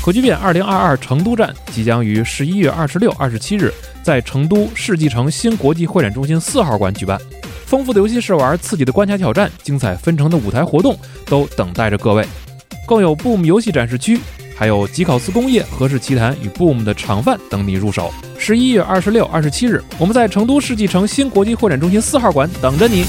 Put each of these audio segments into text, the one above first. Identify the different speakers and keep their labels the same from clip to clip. Speaker 1: 核聚变2022成都站即将于十一月二十六、二十七日在成都世纪城新国际会展中心四号馆举办。丰富的游戏试玩、刺激的关卡挑战、精彩纷呈的舞台活动都等待着各位。更有 Boom 游戏展示区，还有吉考斯工业、和氏奇谈与 Boom 的厂饭等你入手。十一月二十六、二十七日，我们在成都世纪城新国际会展中心四号馆等着你。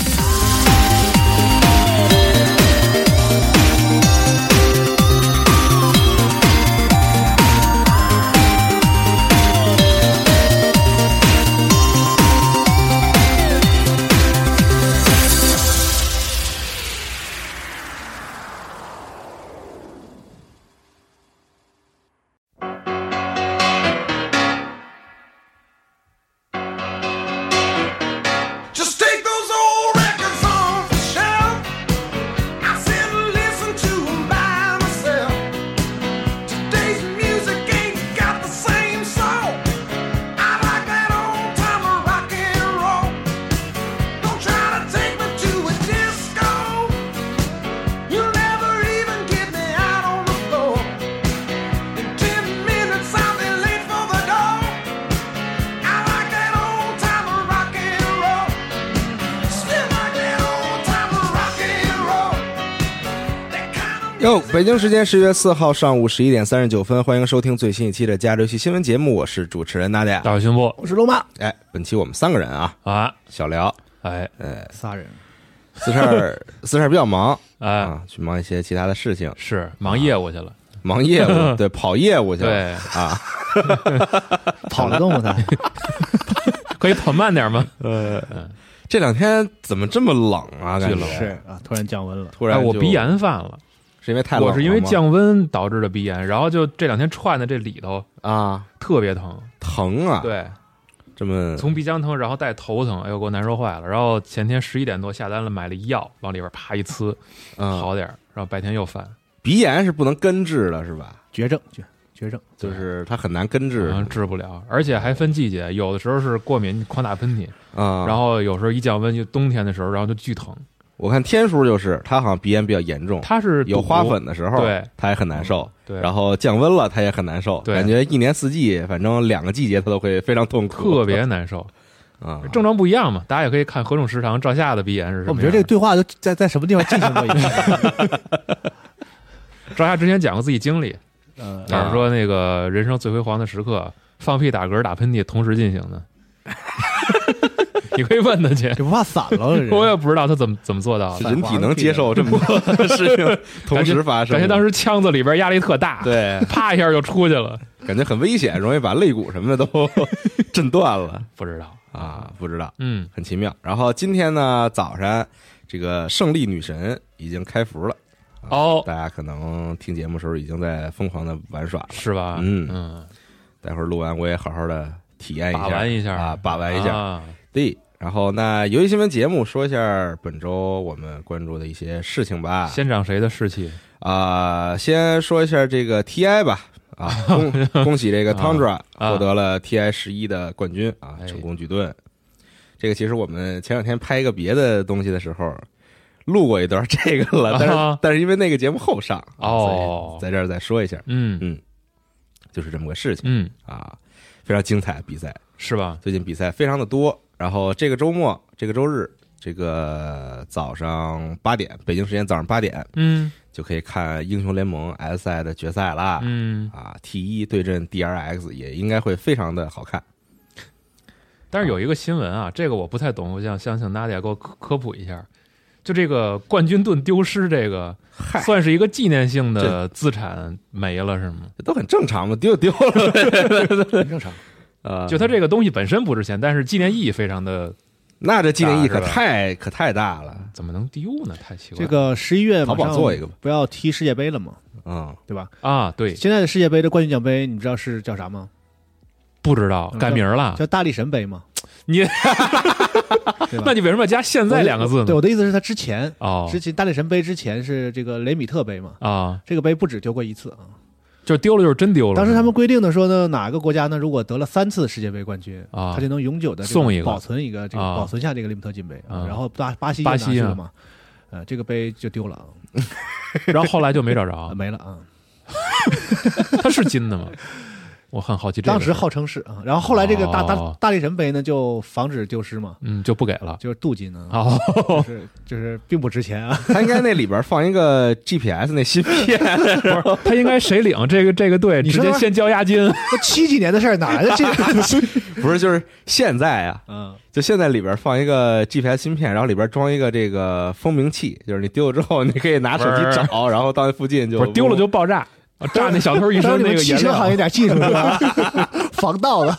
Speaker 2: Just take those old records off the shelf. I sit and listen to 'em by myself. Today's music ain't got the same soul. I like that old time rock and roll. Don't try to take me to a disco. You'll never even get me out on the floor. In ten minutes I'll be late for the door. I like that old time rock and roll. Still like that old time rock and roll. That kind of
Speaker 3: 哟，北京时间十月四号上午十一点三十九分，欢迎收听最新一期的《加州游戏新闻节目》，我是主持人娜姐。
Speaker 1: 大小宣布
Speaker 4: 我是龙妈，
Speaker 3: 哎，本期我们三个人啊，
Speaker 1: 啊，
Speaker 3: 小聊、
Speaker 1: 哎
Speaker 4: 仨人，
Speaker 3: 四十二、 四十二比较忙
Speaker 1: 哎，
Speaker 3: 啊，去忙一些其他的事情，
Speaker 1: 是忙业务去了，
Speaker 3: 忙业务， 对，跑业务去了。
Speaker 1: 哎对
Speaker 3: 啊，
Speaker 4: 跑得动吗他？
Speaker 1: 可以跑慢点吗？
Speaker 3: 这两天怎么这么冷啊？感
Speaker 1: 巨
Speaker 3: 觉
Speaker 1: 冷
Speaker 4: 是啊，突然降温了，
Speaker 3: 突
Speaker 1: 哎，
Speaker 3: 然
Speaker 1: 我
Speaker 3: 就
Speaker 1: 鼻炎犯了，
Speaker 3: 是因为太冷了
Speaker 1: 我
Speaker 3: 吗，
Speaker 1: 是因为降温导致的鼻炎，然后就这两天串的这里头
Speaker 3: 啊
Speaker 1: 特别疼，
Speaker 3: 疼啊，，
Speaker 1: 对，
Speaker 3: 这么
Speaker 1: 从鼻腔疼，然后带头疼，哎呦给我难受坏了。然后前天十一点多下单了，买了一药，往里边啪一呲，
Speaker 3: 嗯
Speaker 1: 好点儿，然后白天又犯，
Speaker 3: 鼻炎是不能根治的，是吧？
Speaker 4: 绝症，绝绝症，
Speaker 3: 就是它很难根治
Speaker 1: 然后嗯治不了，而且还分季节，有的时候是过敏狂打喷嚏，
Speaker 3: 啊。
Speaker 1: 然后有时候一降温就冬天的时候，然后就巨疼。
Speaker 3: 我看天叔就是他好像鼻炎比较严重，
Speaker 1: 它是
Speaker 3: 有
Speaker 1: 赌
Speaker 3: 花粉，的时候，
Speaker 1: 对，
Speaker 3: 他也很难受。
Speaker 1: 嗯对，
Speaker 3: 然后降温了，他也很难受，
Speaker 1: 对
Speaker 3: 感觉一年四季，反正两个季节他都会非常痛苦，
Speaker 1: 特别难受，
Speaker 3: 啊，
Speaker 1: 症状不一样嘛，大家也可以看何种时长赵夏的鼻炎是什
Speaker 4: 我
Speaker 1: 么
Speaker 4: 们
Speaker 1: 样的。
Speaker 4: 觉得这个对话都在在什么地方进行过一次？
Speaker 1: 赵夏之前讲过自己经历，
Speaker 4: 呃，
Speaker 1: 哪
Speaker 3: 啊
Speaker 1: 儿说那个人生最辉煌的时刻，放屁、打嗝、打喷嚏同时进行的？ 你可以问他去，
Speaker 4: 这不怕散了这人
Speaker 1: 我也不知道他怎么怎么做到的。
Speaker 3: 人体能接受这么多 事情同时发生，
Speaker 1: 感觉当时啊腔子里边压力特大，，
Speaker 3: 对，
Speaker 1: 啪一下就出去 了，
Speaker 3: 感觉很危险，容易把肋骨什么的都 震断了
Speaker 1: 不知道。
Speaker 3: 啊，不知道，
Speaker 1: 嗯，
Speaker 3: 很奇妙。然后今天呢，早上这个胜利女神已经开服了，
Speaker 1: 哦，
Speaker 3: 大家可能听节目时候已经在疯狂的玩耍了，
Speaker 1: 是吧？
Speaker 3: 嗯
Speaker 1: 嗯，
Speaker 3: 待会儿录完我也好好的体验一下，
Speaker 1: 把玩一下
Speaker 3: 啊，把玩一下。
Speaker 1: 啊
Speaker 3: 对，然后那游戏新闻节目说一下本周我们关注的一些事情吧。
Speaker 1: 先长谁的士气？
Speaker 3: 啊、先说一下这个 TI 吧。啊， 恭恭喜这个 Tundra
Speaker 1: 啊
Speaker 3: 获得了 TI 十一的冠军啊，
Speaker 1: 哎
Speaker 3: 成功举盾。这个其实我们前两天拍一个别的东西的时候，录过一段这个了，但是、
Speaker 1: 啊哈
Speaker 3: 但是因为那个节目后上啊
Speaker 1: 哦
Speaker 3: 所以在这儿再说一下，
Speaker 1: 嗯
Speaker 3: 就是这么个事情
Speaker 1: 嗯，
Speaker 3: 啊，非常精彩的比赛。
Speaker 1: 是吧？
Speaker 3: 最近比赛非常的多。然后这个周末，这个周日，这个早上八点，北京时间早上八点
Speaker 1: 嗯
Speaker 3: 就可以看英雄联盟 S 赛的决赛啦。
Speaker 1: 嗯，
Speaker 3: 啊，T 一对阵 DRX 也应该会非常的好看。
Speaker 1: 但是有一个新闻啊，这个我不太懂，我想想请 Nadia 给我科科普一下。就这个冠军盾丢失，这个
Speaker 3: 嗨，
Speaker 1: 算是一个纪念性的资产没了是吗？
Speaker 3: 都很正常嘛，丢就丢 了呗。
Speaker 4: 很正常。嗯
Speaker 3: 呃，
Speaker 1: 就它这个东西本身不值钱，但是纪念意义非常的，
Speaker 3: 那这纪念意义可
Speaker 1: 大是吧
Speaker 3: 太可太大了。
Speaker 1: 怎么能丢呢？太奇怪
Speaker 4: 这
Speaker 1: 了。
Speaker 4: 个十一月马
Speaker 3: 淘宝
Speaker 4: 上
Speaker 3: 做一个吧
Speaker 4: 不要踢世界杯了嘛，
Speaker 3: 嗯，
Speaker 4: 对吧？
Speaker 1: 啊，对，
Speaker 4: 现在的世界杯的冠军奖杯，你知道是叫啥吗？
Speaker 1: 不知道
Speaker 4: 嗯
Speaker 1: 改名儿了。
Speaker 4: 叫大力神杯嘛。
Speaker 1: 你，
Speaker 4: 对吧
Speaker 1: 那你为什么要加“现在”两个字
Speaker 4: 对，
Speaker 1: 呢？
Speaker 4: 我的意思是，他之前
Speaker 1: 哦
Speaker 4: 之前大力神杯之前是这个雷米特杯嘛，
Speaker 1: 啊，
Speaker 4: 这个杯不止丢过一次啊。
Speaker 1: 就是丢了，就是真丢了。
Speaker 4: 当时他们规定的说呢，哪个国家呢，如果得了三次世界杯冠军，
Speaker 1: 啊
Speaker 4: 他就能永久的
Speaker 1: 送一个
Speaker 4: 保存一个这个
Speaker 1: 啊
Speaker 4: 保存下这个利姆特金杯。啊
Speaker 1: 啊
Speaker 4: 然后巴巴西
Speaker 1: 巴
Speaker 4: 就拿
Speaker 1: 西
Speaker 4: 去
Speaker 1: 啊
Speaker 4: 了嘛，呃，这个杯就丢了啊，
Speaker 1: 然后后来就没找着
Speaker 4: 呃没了啊。
Speaker 1: 它是金的吗？我很好奇这个。
Speaker 4: 当时号称是啊，然后后来这个大大
Speaker 1: 哦
Speaker 4: 大力神杯呢，就防止丢失嘛，
Speaker 1: 嗯就不给了。
Speaker 4: 就是镀金呢，
Speaker 1: 哦，
Speaker 4: 就是就是并不值 钱啊。
Speaker 3: 他应该那里边放一个 GPS 那芯片，
Speaker 1: 不是他应该谁领这个这个队，
Speaker 4: 你
Speaker 1: 直
Speaker 4: 说
Speaker 1: 接
Speaker 4: 吧
Speaker 1: 先交押金。
Speaker 4: 这七几年的事儿，哪来的这 个？
Speaker 3: 不是就是现在啊，
Speaker 4: 嗯，
Speaker 3: 就现在里边放一个 GPS 芯片，然后里边装一个这个蜂鸣器，就是你丢了之后，你可以拿手机找，然后到那附近就
Speaker 1: 不是丢了就爆炸，啊炸那小偷一
Speaker 4: 当
Speaker 1: 身
Speaker 4: 然你
Speaker 1: 那
Speaker 4: 们
Speaker 1: 个
Speaker 4: 汽
Speaker 1: 颜
Speaker 4: 车行
Speaker 1: 料
Speaker 4: 业。点技术是 吧？防盗的，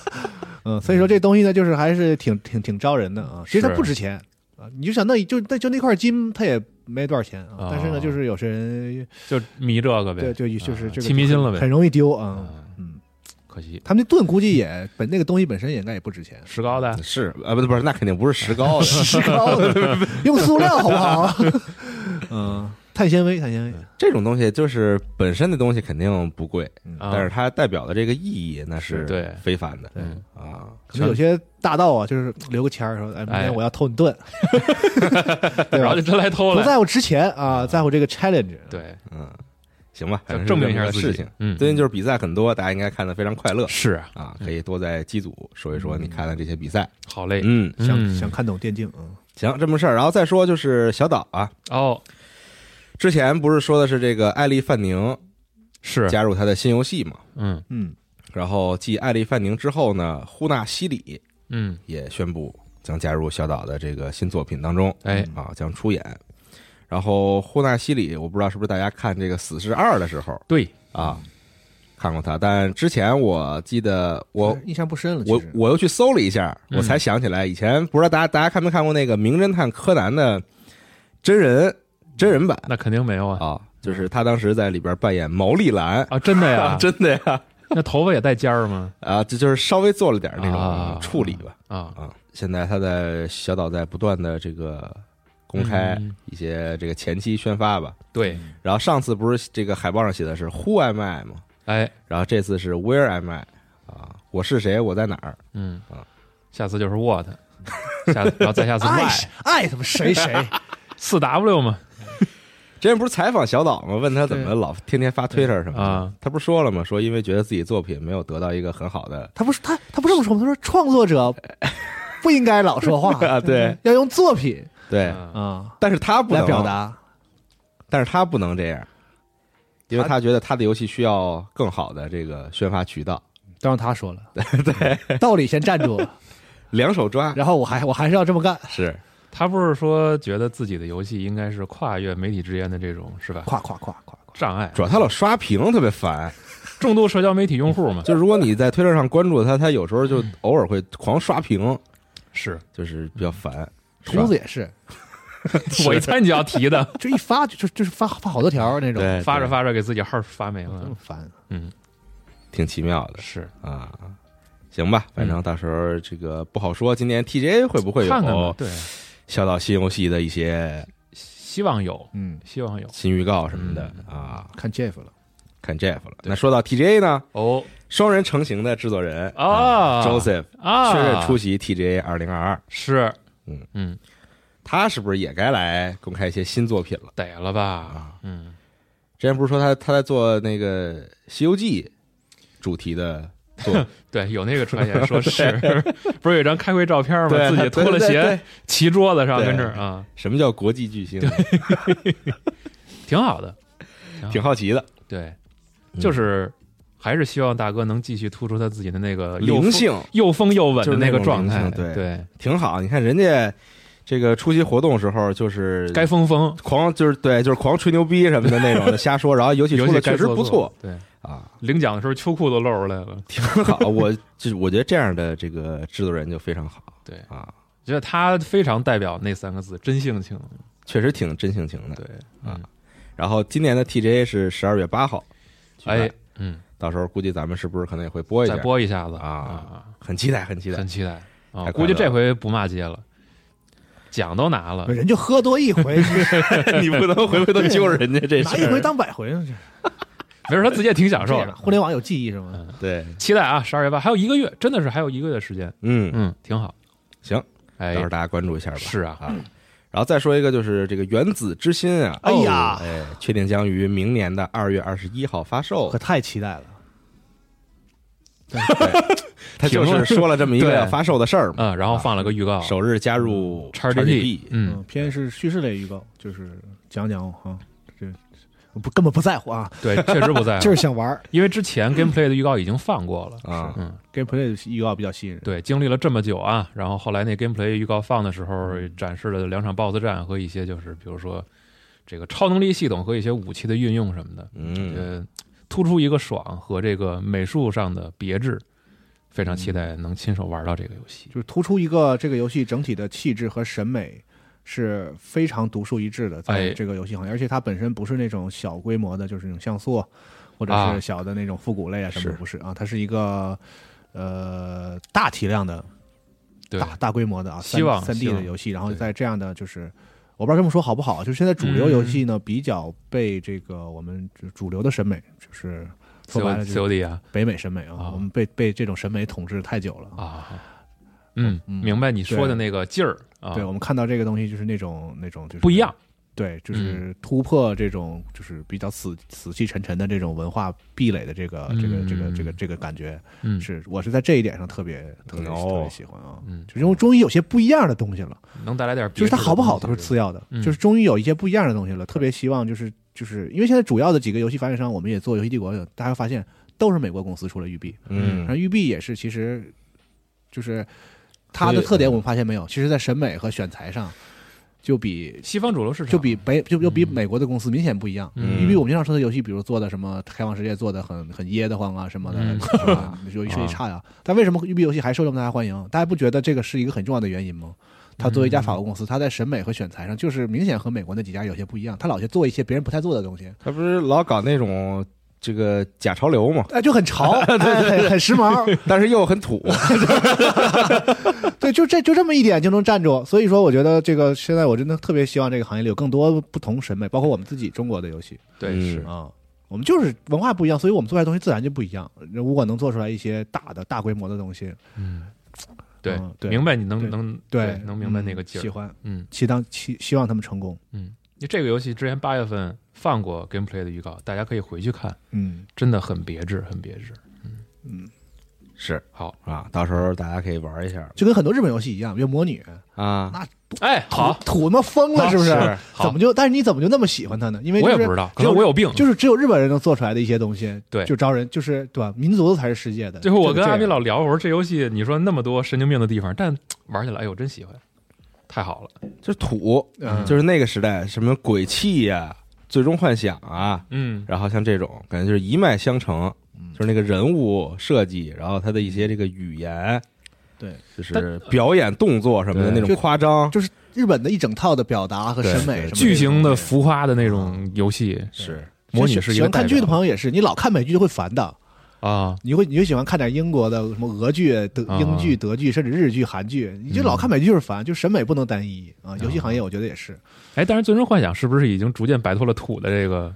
Speaker 4: 嗯，所以说这东西呢，就是还是挺挺挺招人的啊。其实它
Speaker 1: 是
Speaker 4: 不值钱啊，你就想那就那就那块金，它也没多少钱啊
Speaker 1: 哦。
Speaker 4: 但是呢，就是有些人
Speaker 1: 就迷这个呗，
Speaker 4: 对对就是这个
Speaker 1: 起迷心了呗
Speaker 4: 很，容易丢啊。
Speaker 1: 嗯
Speaker 4: 嗯，
Speaker 1: 可惜，
Speaker 4: 他们那盾估计也本那个东西本身也应该也不值钱
Speaker 1: 石膏的
Speaker 3: 是啊，不是不是，那肯定不是石膏的，
Speaker 4: 石膏的用塑料好不 好？嗯，碳纤维，碳纤维，
Speaker 1: 嗯
Speaker 3: 这种东西就是本身的东西肯定不贵，
Speaker 1: 啊
Speaker 3: 但是它代表的这个意义那是
Speaker 1: 是对
Speaker 3: 非凡的
Speaker 4: 对。
Speaker 1: 嗯
Speaker 3: 啊。
Speaker 4: 可能有些大盗啊，就是留个签儿说，哎，明
Speaker 1: 哎
Speaker 4: 天我要偷你 盾， 对
Speaker 1: 然后
Speaker 4: 吧
Speaker 1: 就？真来嗯偷
Speaker 4: 不
Speaker 1: 了，
Speaker 4: 在乎值钱啊，在乎这个 challenge。
Speaker 1: 对，
Speaker 3: 嗯，行吧，
Speaker 1: 要证明一下
Speaker 3: 反正
Speaker 1: 自
Speaker 3: 是
Speaker 1: 己
Speaker 3: 这么个事情。
Speaker 1: 嗯
Speaker 3: 最近就是比赛很多，大家应该看的非常快乐
Speaker 1: 是啊，
Speaker 3: 啊，可以多在机组说一说
Speaker 1: 嗯
Speaker 3: 你看的这些比赛。
Speaker 1: 好嘞，
Speaker 3: 嗯，
Speaker 4: 想
Speaker 1: 嗯
Speaker 4: 想看懂电竞啊，
Speaker 3: 行，这么事儿。然后再说就是小岛啊，
Speaker 1: 哦，
Speaker 3: 之前不是说的是这个艾丽范宁
Speaker 1: 是，啊
Speaker 3: 加入他的新游戏嘛？
Speaker 1: 嗯
Speaker 4: 嗯，
Speaker 3: 然后继艾丽范宁之后呢，呼纳西里
Speaker 1: 嗯，
Speaker 3: 也宣布将加入小岛的这个新作品当中。
Speaker 1: 哎，
Speaker 3: 啊，将出演。然后霍纳西里，我不知道是不是大家看这个《死侍二》的时候
Speaker 1: 对，
Speaker 3: 啊，
Speaker 1: 嗯
Speaker 3: 看过他，但之前我记得我
Speaker 4: 印象不深了。
Speaker 3: 我
Speaker 4: 其实
Speaker 3: 我又去搜了一下，
Speaker 1: 嗯
Speaker 3: 我才想起来，以前不知道大家大家看没看过那个《名侦探柯南》的真人真人版
Speaker 1: 那肯定没有啊，
Speaker 3: 啊，就是他当时在里边扮演毛利兰
Speaker 1: 啊，真的呀，
Speaker 3: 真的呀
Speaker 1: 那头发也带尖儿吗？
Speaker 3: 啊，这就是稍微做了点那
Speaker 1: 啊
Speaker 3: 种处理吧
Speaker 1: 啊，
Speaker 3: 啊。现在他在小岛在不断的这个公开
Speaker 1: 嗯
Speaker 3: 一些这个前期宣发吧，
Speaker 1: 对，
Speaker 3: 然后上次不是这个海报上写的是 Who am I 吗？
Speaker 1: 哎，
Speaker 3: 然后这次是 Where am I 啊？我是谁？我在哪儿？
Speaker 1: 嗯
Speaker 3: 啊，哎
Speaker 1: 下次就是 what，下次然后再下次
Speaker 4: 爱
Speaker 1: why，
Speaker 4: 爱他妈谁谁，
Speaker 1: 四 W 嘛，
Speaker 3: 之前不是采访小岛吗？问他怎么老天天发 Twitter 什么的，
Speaker 1: 啊
Speaker 3: 他不是说了吗？说因为觉得自己作品没有得到一个很好的
Speaker 4: 他不是他他不这么说吗？他说创作者不应该老说 话，
Speaker 3: 啊，对
Speaker 4: 要用作品
Speaker 3: 对，
Speaker 1: 啊
Speaker 4: 啊
Speaker 3: 但是他不
Speaker 4: 来
Speaker 3: 能
Speaker 4: 表，达。
Speaker 3: 但是他不能这样，因为
Speaker 4: 他
Speaker 3: 他觉得他的游戏需要更好的这个宣发渠道，
Speaker 4: 都让他说了， 对，道理先站住，
Speaker 3: 两手抓
Speaker 4: 然后我还我还是要这么干，
Speaker 3: 是
Speaker 1: 他不是说觉得自己的游戏应该是跨越媒体之间的这种是吧？
Speaker 4: 夸夸夸夸夸，
Speaker 1: 障碍，
Speaker 3: 主要他老刷屏特别烦，
Speaker 1: 重度社交媒体用户嘛，
Speaker 3: 就如果你在推特上关注他，他有时候
Speaker 1: 嗯
Speaker 3: 就偶尔会狂刷屏，
Speaker 1: 是
Speaker 3: 就是比较
Speaker 1: 嗯
Speaker 3: 烦。
Speaker 4: 秃子也是，
Speaker 1: 我一猜你就要提的，
Speaker 4: 就一发就就就是发发好多条那种，
Speaker 3: 对
Speaker 1: 发着
Speaker 3: 哎对
Speaker 1: 发着给自己号发没
Speaker 4: 这么
Speaker 1: 了，
Speaker 4: 烦。
Speaker 1: 嗯，
Speaker 3: 挺奇妙的
Speaker 1: 是
Speaker 3: 啊。行吧，反正到时候这个不好说，今年 TJ 会不会
Speaker 1: 嗯看看吧
Speaker 3: 有，哦
Speaker 1: 对，
Speaker 3: 小岛新游戏的一些
Speaker 1: 希望有，
Speaker 4: 嗯，
Speaker 1: 希望有
Speaker 3: 新预告什么的
Speaker 1: 嗯
Speaker 3: 啊？
Speaker 4: 看 Jeff 了，
Speaker 3: 看 Jeff 了。那说到 TJ 呢，
Speaker 1: 哦
Speaker 3: 双人成型的制作人
Speaker 1: 啊
Speaker 3: Joseph
Speaker 1: 啊，
Speaker 3: 确认出席 TJ 二零二二，
Speaker 1: 是，
Speaker 3: 嗯
Speaker 1: 嗯，
Speaker 3: 他是不是也该来公开一些新作品了？
Speaker 1: 得了
Speaker 3: 啊
Speaker 1: 吧，嗯，
Speaker 3: 之前不是说他他在做那个《西游记》主题的 作品，
Speaker 1: 对，有那个传言说 是，不是有一张开会照片吗？
Speaker 3: 对
Speaker 1: 自己脱了
Speaker 3: 对对对
Speaker 1: 鞋骑桌子上
Speaker 3: 对
Speaker 1: 跟这儿啊，
Speaker 3: 什么叫国际巨星？
Speaker 1: 挺好的，
Speaker 3: 挺好奇的，
Speaker 1: 对，嗯就是还是希望大哥能继续突出他自己的那个又
Speaker 3: 嗯灵
Speaker 1: 疯
Speaker 3: 性
Speaker 1: 又疯又稳
Speaker 3: 就
Speaker 1: 的
Speaker 3: 是那
Speaker 1: 那个
Speaker 3: 种
Speaker 1: 状
Speaker 3: 灵
Speaker 1: 态，
Speaker 3: 性对
Speaker 1: 对，
Speaker 3: 挺好。你看人家这个出席活动时候，就是
Speaker 1: 该疯疯，
Speaker 3: 狂，就是对，就是狂吹牛逼什么的那种 的，瞎说。然后游戏
Speaker 1: 游
Speaker 3: 出
Speaker 1: 戏
Speaker 3: 的
Speaker 1: 该
Speaker 3: 确实
Speaker 1: 做
Speaker 3: 不错
Speaker 1: 做，对，
Speaker 3: 啊，
Speaker 1: 领奖的时候秋裤都露出来了。
Speaker 3: 挺好。我就是我觉得这样的这个制作人就非常好，
Speaker 1: 对
Speaker 3: 啊，
Speaker 1: 觉得他非常代表那三个字真性情，
Speaker 3: 确实挺真性情的
Speaker 1: 对。嗯
Speaker 3: 啊。然后今年的 TGA 是十二月八号，
Speaker 1: 哎，，嗯，
Speaker 3: 到时候估计咱们是不是可能也会播一下
Speaker 1: 再？播一下子
Speaker 3: 啊，很期待，很期
Speaker 1: 啊
Speaker 3: 待
Speaker 1: 很。期待啊！
Speaker 3: 太快乐了
Speaker 1: 估计这回不骂街了，奖都拿了，
Speaker 4: 人就喝多一回，
Speaker 3: 你不能回回都揪着 人家这
Speaker 4: 拿
Speaker 3: 事
Speaker 4: 一回
Speaker 3: 儿，
Speaker 4: 当百回，这
Speaker 1: 没准他自己也挺享受
Speaker 4: 这样
Speaker 1: 的。
Speaker 4: 互联网有记忆是吗？
Speaker 3: 对，
Speaker 1: 期待啊，十二月八还有一个月，真的是还有一个月的时间，
Speaker 3: 嗯，
Speaker 1: 嗯，挺好。
Speaker 3: 行，到
Speaker 1: 哎
Speaker 3: 时，候大家关注一下吧。
Speaker 1: 是啊，
Speaker 3: 啊。然然后再说一个，就是这个《原子之心》啊，
Speaker 4: 哎呀
Speaker 3: 哦哎，确定将于明年的二月二十一号发售
Speaker 4: 可。太期待了。
Speaker 3: 他就是说了这么 一
Speaker 1: 对
Speaker 3: 个发售的事儿嘛，
Speaker 1: 嗯，然后放了个预告，
Speaker 3: 首日加入
Speaker 1: XGP，嗯，
Speaker 4: 嗯，偏是叙事类预告，就是讲讲啊，这我不根本不在乎啊，
Speaker 1: 对，确实不在乎，
Speaker 4: 就是想玩儿。
Speaker 1: 因为之前 gameplay 的预告已经放过了，
Speaker 3: 啊，
Speaker 1: 嗯，
Speaker 4: gameplay 预告比较吸引人，
Speaker 3: 嗯
Speaker 1: 对，经历了这么久啊，然后后来那 gameplay 预告放的时候，展示了两场 BOSS 战和一些就是比如说这个超能力系统和一些武器的运用什么的，
Speaker 3: 嗯，
Speaker 1: 呃，突出一个爽和这个美术上的别致，非常
Speaker 4: 嗯
Speaker 1: 期待能亲手玩到这个游戏。
Speaker 4: 就是突出一个这个游戏整体的气质和审美是非常独树一帜的，
Speaker 1: 哎
Speaker 4: 在这个游戏行业，而且它本身不是那种小规模的，就是那种像素或者
Speaker 1: 啊
Speaker 4: 是小的那种复古类啊什么的，
Speaker 3: 是
Speaker 4: 不是啊，它是一个呃大体量的、
Speaker 1: 对，
Speaker 4: 大大规模的啊，
Speaker 1: 希望
Speaker 4: 三 D
Speaker 1: 希望
Speaker 4: 的游戏，然后
Speaker 1: 对
Speaker 4: 在这样的就是。我不知道这么说好不好，就是现在主流游戏呢、
Speaker 1: 嗯
Speaker 4: 比较被这个我们主流的审美，就是说白
Speaker 1: COD
Speaker 4: 了就是
Speaker 1: COD 啊
Speaker 4: 北美审美啊，
Speaker 1: 啊
Speaker 4: 我们被被这种审美统治太久了啊。
Speaker 1: 啊，嗯，
Speaker 4: 嗯
Speaker 1: 明白你说的
Speaker 4: 对
Speaker 1: 那个劲儿啊
Speaker 4: 对，，我们看到这个东西就是那种那种就是
Speaker 1: 不一样，，嗯
Speaker 4: 对，就是突破这种就是比较死死气沉沉的这种文化壁垒的这个这个这个这个这个感觉，
Speaker 1: 嗯，
Speaker 4: 是我是在这一点上特别特别
Speaker 3: 哦
Speaker 4: 特别喜欢啊，
Speaker 1: 嗯
Speaker 4: 就是因为终于有些不一样的东西了，
Speaker 1: 能带来点别
Speaker 4: 就是它
Speaker 1: 致的
Speaker 4: 好不好都
Speaker 1: 东西
Speaker 4: 是次要的，
Speaker 1: 嗯
Speaker 4: 就是终于有一些不一样的东西了，特别希望就是就是因为现在主要的几个游戏发行商，我们也做游戏帝国的，大家发现都是美国公司出了育碧，然后
Speaker 3: 嗯，
Speaker 4: 育碧也是，其实就是它的
Speaker 3: 所以
Speaker 4: 特点，我们发现没有，其实，在审美和选材上，就比
Speaker 1: 西方主流市场
Speaker 4: 就比北就就比
Speaker 1: 嗯
Speaker 4: 美国的公司明显不一样。
Speaker 1: 嗯
Speaker 4: 育碧我们经常说的游戏，比如做的什么《开放世界》做的很很噎得慌啊什么的
Speaker 1: 嗯，啊
Speaker 4: 是吧有一说一差呀。但为什么育碧游戏还受这么大家欢迎？大家不觉得这个是一个很重要的原因吗？它作为一家法国公司，它在审美和选材上就是明显和美国那几家有些不一样，它老去做一些别人不太做的东西，
Speaker 3: 他不是老搞那种这个假潮 流嘛，
Speaker 4: 哎，就很潮，哎很很时髦，
Speaker 3: 但是又很土，
Speaker 4: 对，就这就这么一点就能站住，所以说我觉得这个现在我真的特别希望这个行业里有更多不同审美，包括我们自己中国的游戏
Speaker 1: 对是
Speaker 3: 嗯
Speaker 4: 啊、我们就是文化不一样，所以我们做出来的东西自然就不一样。如果能做出来一些大的大规模的东西，
Speaker 1: 嗯，对
Speaker 4: 嗯对
Speaker 1: 明白你能
Speaker 4: 对
Speaker 1: 能能明白那个劲
Speaker 4: 嗯喜
Speaker 1: 儿，
Speaker 4: 欢，
Speaker 1: 嗯。
Speaker 4: 期当期希望他们成功，
Speaker 1: 嗯，因为这个游戏之前八月份放过 gameplay 的预告，大家可以回去看，
Speaker 4: 嗯，
Speaker 1: 真的很别致，很别致。
Speaker 3: 是
Speaker 1: 好，
Speaker 3: 啊，到时候大家可以玩一下
Speaker 4: 就跟很多日本游戏一样，比如魔女，
Speaker 3: 啊，
Speaker 1: 哎，好，
Speaker 4: 土他妈疯了
Speaker 1: 好
Speaker 4: 是不是？
Speaker 1: 是好
Speaker 4: 怎么就？但是你怎么就那么喜欢它呢？因为、就
Speaker 1: 我
Speaker 4: 是、
Speaker 1: 也不知道，可
Speaker 4: 只有
Speaker 1: 能我有病。
Speaker 4: 就是只有日本人能做出来的一些东西，
Speaker 1: 对
Speaker 4: 就招人，就是对吧？民族才是世界的。
Speaker 1: 最后我跟
Speaker 4: 就
Speaker 1: 阿
Speaker 4: 这
Speaker 1: 斌
Speaker 4: 样
Speaker 1: 老聊，我说这游戏你说那么多神经病的地方，但嘖玩起来，哎呦，真喜欢，太好了。
Speaker 3: 就是土，
Speaker 4: 嗯
Speaker 3: 就是那个时代什么鬼泣呀、最终幻想啊，
Speaker 1: 嗯，
Speaker 3: 然后像这种感觉就是一脉相承，就是那个人物设计，然后他的一些这个语言，
Speaker 4: 对，
Speaker 3: 就是表演动作什么的
Speaker 1: 呃对
Speaker 3: 那种夸张，
Speaker 4: 就是日本的一整套的表达和审美什么的，
Speaker 1: 巨型的浮夸的那种游戏，
Speaker 3: 是
Speaker 1: 模拟是一
Speaker 4: 喜
Speaker 1: 个
Speaker 4: 欢
Speaker 1: 代
Speaker 4: 看剧的
Speaker 1: 表
Speaker 4: 朋友也是，你老看美剧就会烦的，
Speaker 1: 啊，
Speaker 4: 你会你就喜欢看点英国的什么俄剧、德
Speaker 1: 啊嗯
Speaker 4: 英剧、德剧，甚至日剧、韩剧，你就老看美剧就是烦，就审美不能单一啊。游戏行业我觉得也是，
Speaker 1: 哎，但是《最终幻想》是不是已经逐渐摆脱了土的这个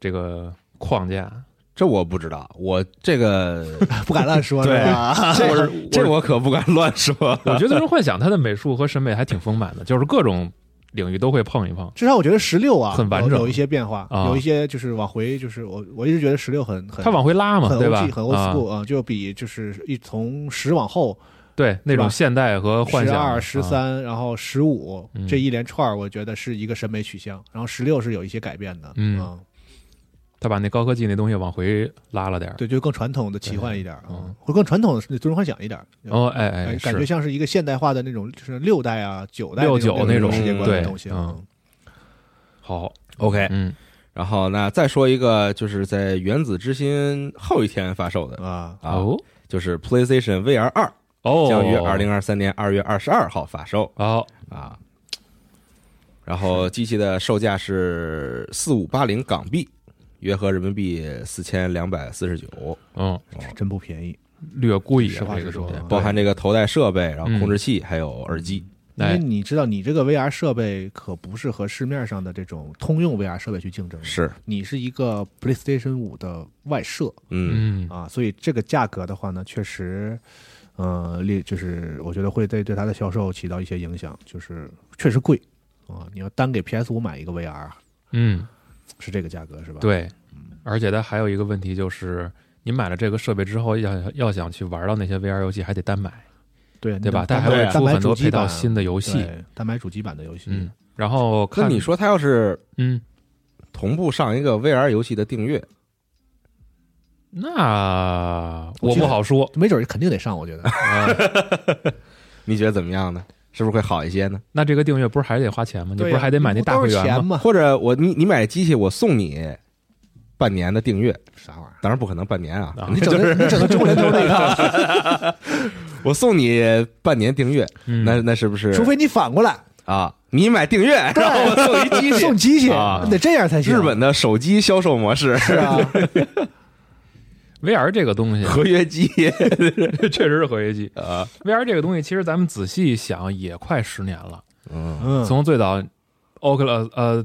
Speaker 1: 这个框架？
Speaker 3: 这我不知道，我这 个
Speaker 4: 不敢乱说，是
Speaker 3: 对
Speaker 4: 吧？
Speaker 3: 这这我可不敢乱说。
Speaker 1: 我觉得《最终幻想》它的美术和审美还挺丰满的，就是各种领域都会碰一碰。
Speaker 4: 至少我觉得十六啊，
Speaker 1: 很完整
Speaker 4: 有有一些变化，
Speaker 1: 啊
Speaker 4: 有一些就是往回，就是我我一直觉得十六很很
Speaker 1: 他往回拉嘛，
Speaker 4: 很
Speaker 1: 对吧
Speaker 4: OG 很？old
Speaker 1: 啊，
Speaker 4: school 啊，就比就是一从十往后
Speaker 1: 对，那种现代和呃幻
Speaker 4: 十
Speaker 1: 想。
Speaker 4: 二、十
Speaker 1: 啊，
Speaker 4: 三，然后十五
Speaker 1: 嗯
Speaker 4: 这一连串儿，我觉得是一个审美取向。然后十六是有一些改变的，
Speaker 1: 嗯
Speaker 4: 啊
Speaker 1: 他把那高科技那东西往回拉了点儿。
Speaker 4: 对，就更传统的奇幻一点儿
Speaker 1: 对
Speaker 4: 啊
Speaker 1: 嗯，
Speaker 4: 会更传统的是最终幻想一点儿。
Speaker 1: 哦，哎
Speaker 4: 哎
Speaker 1: 哎，
Speaker 4: 感觉
Speaker 1: 是
Speaker 4: 像是一个现代化的那种，就是六代啊、九代、
Speaker 1: 六九
Speaker 4: 那
Speaker 1: 那种
Speaker 4: 世界
Speaker 1: 嗯
Speaker 4: 观的
Speaker 1: 对
Speaker 4: 东西啊。
Speaker 1: 嗯好，
Speaker 3: OK，
Speaker 1: 嗯，
Speaker 3: 然后那再说一个，就是在《原子之心》后一天发售的
Speaker 4: 啊，
Speaker 3: 啊，
Speaker 1: 哦
Speaker 3: 就是 PlayStation VR 二
Speaker 1: 哦，
Speaker 3: 将于二零二三年二月二十二号发售
Speaker 1: 哦，
Speaker 3: 啊。然后机器的售价是四五八零港币，约合人民币四千两百四十九，
Speaker 1: 嗯，
Speaker 4: 真不便宜。
Speaker 1: 略贵
Speaker 4: 实
Speaker 1: 啊，
Speaker 4: 话
Speaker 1: 这个
Speaker 4: 实说
Speaker 1: 说
Speaker 4: 啊
Speaker 3: 包含这个头戴设备，然后
Speaker 1: 嗯
Speaker 3: 控制器，还有耳机。
Speaker 4: 因
Speaker 1: 哎
Speaker 4: 为你知道，你这个 VR 设备可不是和市面上的这种通用 VR 设备去竞争
Speaker 1: 嗯
Speaker 4: 的，
Speaker 3: 是，
Speaker 4: 你是一个 PlayStation 五的外设，
Speaker 3: 嗯，
Speaker 1: 嗯，
Speaker 4: 啊，所以这个价格的话呢，确实，呃，利就是我觉得会对对它的销售起到一些影响，就是确实贵，啊、你要单给 PS 五买一个 VR
Speaker 1: 嗯，
Speaker 4: 是这个价格是吧？，
Speaker 1: 对，
Speaker 4: 嗯
Speaker 1: 而且它还有一个问题就是，你买了这个设备之后，要要想去玩到那些 VR 游戏，还得单买，
Speaker 4: 对
Speaker 1: 对吧？它
Speaker 4: 单
Speaker 1: 还
Speaker 4: 买
Speaker 1: 会
Speaker 3: 对
Speaker 1: 出
Speaker 4: 单买
Speaker 1: 很
Speaker 4: 主
Speaker 1: 多
Speaker 4: 机
Speaker 1: 配套
Speaker 4: 版
Speaker 1: 新的游戏，
Speaker 4: 对单买主机版的游戏，
Speaker 1: 嗯。然后
Speaker 3: 那
Speaker 1: 看
Speaker 3: 你，说他要是
Speaker 1: 嗯，
Speaker 3: 同步上一个 VR 游戏的订阅，
Speaker 1: 那
Speaker 4: 我
Speaker 1: 我
Speaker 4: 记
Speaker 1: 不
Speaker 4: 得
Speaker 1: 好说，
Speaker 4: 没准儿肯定得上，我觉得。
Speaker 1: 啊，
Speaker 3: 你觉得怎么样呢？是不是会好一些呢？
Speaker 1: 那这个订阅不是还得花钱 吗？你不是还得买那大
Speaker 4: 都
Speaker 1: 会
Speaker 4: 是
Speaker 1: 员
Speaker 4: 钱
Speaker 1: 吗？
Speaker 4: 吗？
Speaker 3: 或者我你你买机器，我送你半年的订阅，
Speaker 4: 啥玩意儿？
Speaker 3: 当然不可能半年啊，
Speaker 1: 啊
Speaker 4: 你整的你整的中国联通那 个，
Speaker 3: 我送你半年订阅，
Speaker 1: 嗯，
Speaker 3: 那那是不是？
Speaker 4: 除非你 反过来
Speaker 3: 啊，你买订阅，然后我送一机器，
Speaker 4: 送机器
Speaker 3: 啊，
Speaker 4: 你得这样才行。
Speaker 3: 日本的手机销售模式，
Speaker 4: 是啊，
Speaker 1: VR 这个东西
Speaker 3: 合约 机
Speaker 1: 确实是合约机。
Speaker 3: 啊，
Speaker 1: VR 这个东西，其实咱们仔细想，也快十年了。
Speaker 3: 嗯
Speaker 4: 嗯，
Speaker 1: 从最早 o k 了，呃，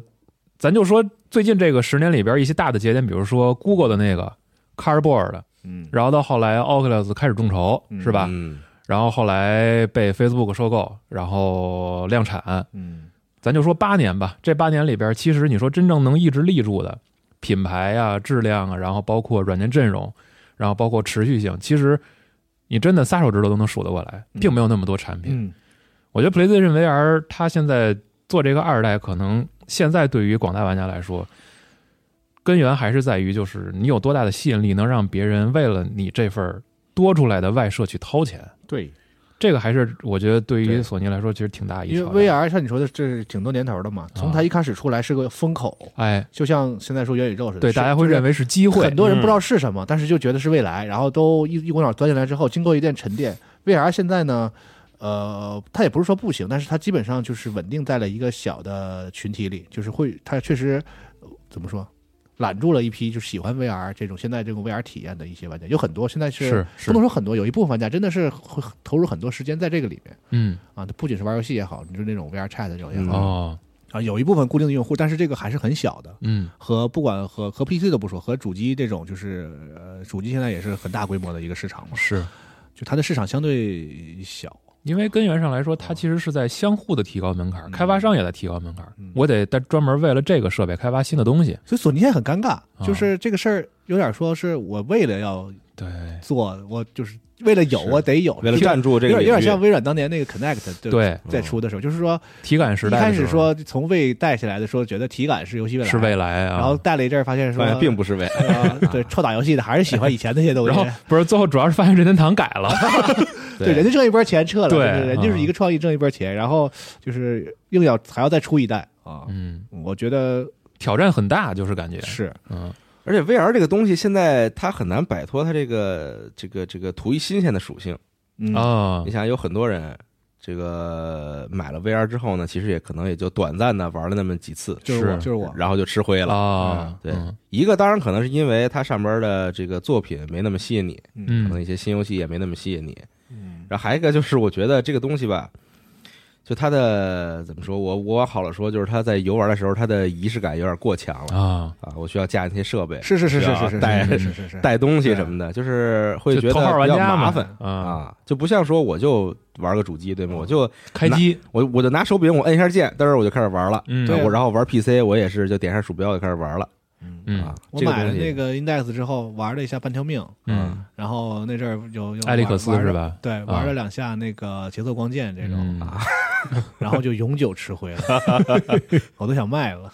Speaker 1: 咱就说最近这个十年里边一些大的节点，比如说 Google 的那个 Cardboard，
Speaker 4: 嗯
Speaker 1: 然后到后来 Oculus 开始众筹，
Speaker 4: 嗯
Speaker 1: 是吧？
Speaker 3: 嗯
Speaker 1: 然后后来被 Facebook 收购，然后量产。
Speaker 4: 嗯
Speaker 1: 咱就说八年吧，这八年里边，其实你说真正能一直立住的品牌啊、质量啊，然后包括软件阵容，然后包括持续性，其实你真的撒手指头都能数得过来，并没有那么多产品。
Speaker 4: 嗯，
Speaker 1: 我觉得 PlayStation VR 它现在做这个二代，可能现在对于广大玩家来说，根源还是在于就是你有多大的吸引力，能让别人为了你这份儿多出来的外设去掏钱。
Speaker 4: 对，
Speaker 1: 这个还是我觉得对于
Speaker 4: 对
Speaker 1: 索尼来说，其实挺大一啊
Speaker 4: 因
Speaker 1: 挑
Speaker 4: 为
Speaker 1: 战。
Speaker 4: VR 像你说的，这是挺多年头的嘛，从它一开始出来是个风口，
Speaker 1: 哎，
Speaker 4: 就像现在说元宇宙似的，
Speaker 1: 对，
Speaker 4: 是
Speaker 1: 大家会认。为是机
Speaker 4: 就是
Speaker 1: 会，嗯
Speaker 4: 很多人不知道是什么，但是就觉得是未来，然后都一一股脑钻进来之后，经过一定沉淀，VR 现在呢，呃，它也不是说不行，但是它基本上就是稳定在了一个小的群体里，就是会，它确实呃怎么说，揽住了一批就喜欢 VR 这种现在这种 VR 体验的一些玩家，有很多现在
Speaker 1: 是是
Speaker 4: 不能说很多，有一部分玩家真的是会投入很多时间在这个里面
Speaker 1: 嗯
Speaker 4: 啊，不仅是玩游戏也好，你就那种 VR Chat 这种也好、
Speaker 1: 哦
Speaker 4: 啊，有一部分固定的用户，但是这个还是很小的。
Speaker 1: 嗯
Speaker 4: 和不管和和 PC 都不说，和主机这种就是呃，主机现在也是很大规模的一个市场嘛，
Speaker 1: 是。
Speaker 4: 就它的市场相对小。
Speaker 1: 因为根源上来说，它其实是在相互的提高门槛儿，
Speaker 4: 嗯
Speaker 1: 开发商也在提高门槛儿
Speaker 4: 嗯。
Speaker 1: 我得在专门为了这个设备开发新的东西。
Speaker 4: 所以索尼现在很尴尬，
Speaker 1: 啊
Speaker 4: 就是这个事儿有点说是我为了要
Speaker 1: 对，
Speaker 4: 做，我就是为了有
Speaker 3: 是
Speaker 4: 我得有，
Speaker 3: 为了
Speaker 4: 有点
Speaker 3: 站住这个
Speaker 4: 有点有点
Speaker 3: 领域
Speaker 4: 像微软当年那个 Connect 就
Speaker 1: 对
Speaker 4: 在出的时候，就是说
Speaker 1: 体感时
Speaker 4: 一
Speaker 1: 代的
Speaker 4: 开
Speaker 1: 时
Speaker 4: 始
Speaker 1: 候
Speaker 4: 说从未带起来的说觉得体感是游戏未来，
Speaker 1: 是未来啊，
Speaker 4: 然后带了一阵儿发现说
Speaker 3: 发现并不是为
Speaker 4: 啊对臭打游戏的还是喜欢以前那些东西，
Speaker 1: 然后不是最后主要是发现任天堂改了，
Speaker 4: 对，人家挣一波钱撤了，
Speaker 1: 对
Speaker 4: 就是人家是一个创意挣一波钱，然后就是硬要还要再出一代啊，
Speaker 1: 嗯，
Speaker 4: 我觉得
Speaker 1: 挑战很大，就是感觉，
Speaker 4: 是
Speaker 1: 嗯，
Speaker 3: 而且 VR 这个东西现在它很难摆脱它这个这个这个图一新鲜的属性。
Speaker 4: 嗯
Speaker 1: 啊
Speaker 3: 你，想，有很多人这个买了 VR 之后呢，其实也可能也就短暂的玩了那么几次，
Speaker 4: 就是我
Speaker 1: 是
Speaker 4: 就是我，
Speaker 3: 然后就吃灰了。
Speaker 1: 啊，
Speaker 3: 对
Speaker 1: 嗯
Speaker 3: 一个当然可能是因为它上边的这个作品没那么吸引你，可能
Speaker 1: 嗯
Speaker 3: 一些新游戏也没那么吸引你。
Speaker 4: 嗯
Speaker 3: 然后还有一个就是，我觉得这个东西吧，就它的怎么说，我我往好了说，就是它在游玩的时候，它的仪式感有点过强了
Speaker 1: 啊，
Speaker 3: 啊！我需要架那些设备，
Speaker 4: 是是是是是是
Speaker 3: 带
Speaker 4: 是是是是，
Speaker 3: 带东西什么的，就是会
Speaker 1: 就
Speaker 3: 觉得
Speaker 1: 头号玩
Speaker 3: 比较
Speaker 1: 家嘛
Speaker 3: 麻烦
Speaker 1: 啊，嗯
Speaker 3: 啊，就不像说我就玩个主机对吗？我就
Speaker 1: 开机，
Speaker 3: 我我就拿手柄，我摁一下键，但是我就开始玩了。
Speaker 1: 嗯，
Speaker 4: 对
Speaker 3: 我然后玩 PC，我也是就点上鼠标就开始玩了
Speaker 1: 嗯
Speaker 3: 啊。
Speaker 4: 我
Speaker 3: 这个
Speaker 4: 买
Speaker 3: 东
Speaker 4: 了
Speaker 3: 西
Speaker 4: 那个 Index 之后玩了一下半条命，
Speaker 1: 嗯，
Speaker 4: 然后那阵儿有有
Speaker 1: 艾利克斯
Speaker 4: 玩
Speaker 1: 是？吧？
Speaker 4: 玩对，玩了两下那个节奏光剑 这种，
Speaker 1: 嗯，
Speaker 4: 然后就永久吃灰了， 我都想卖了。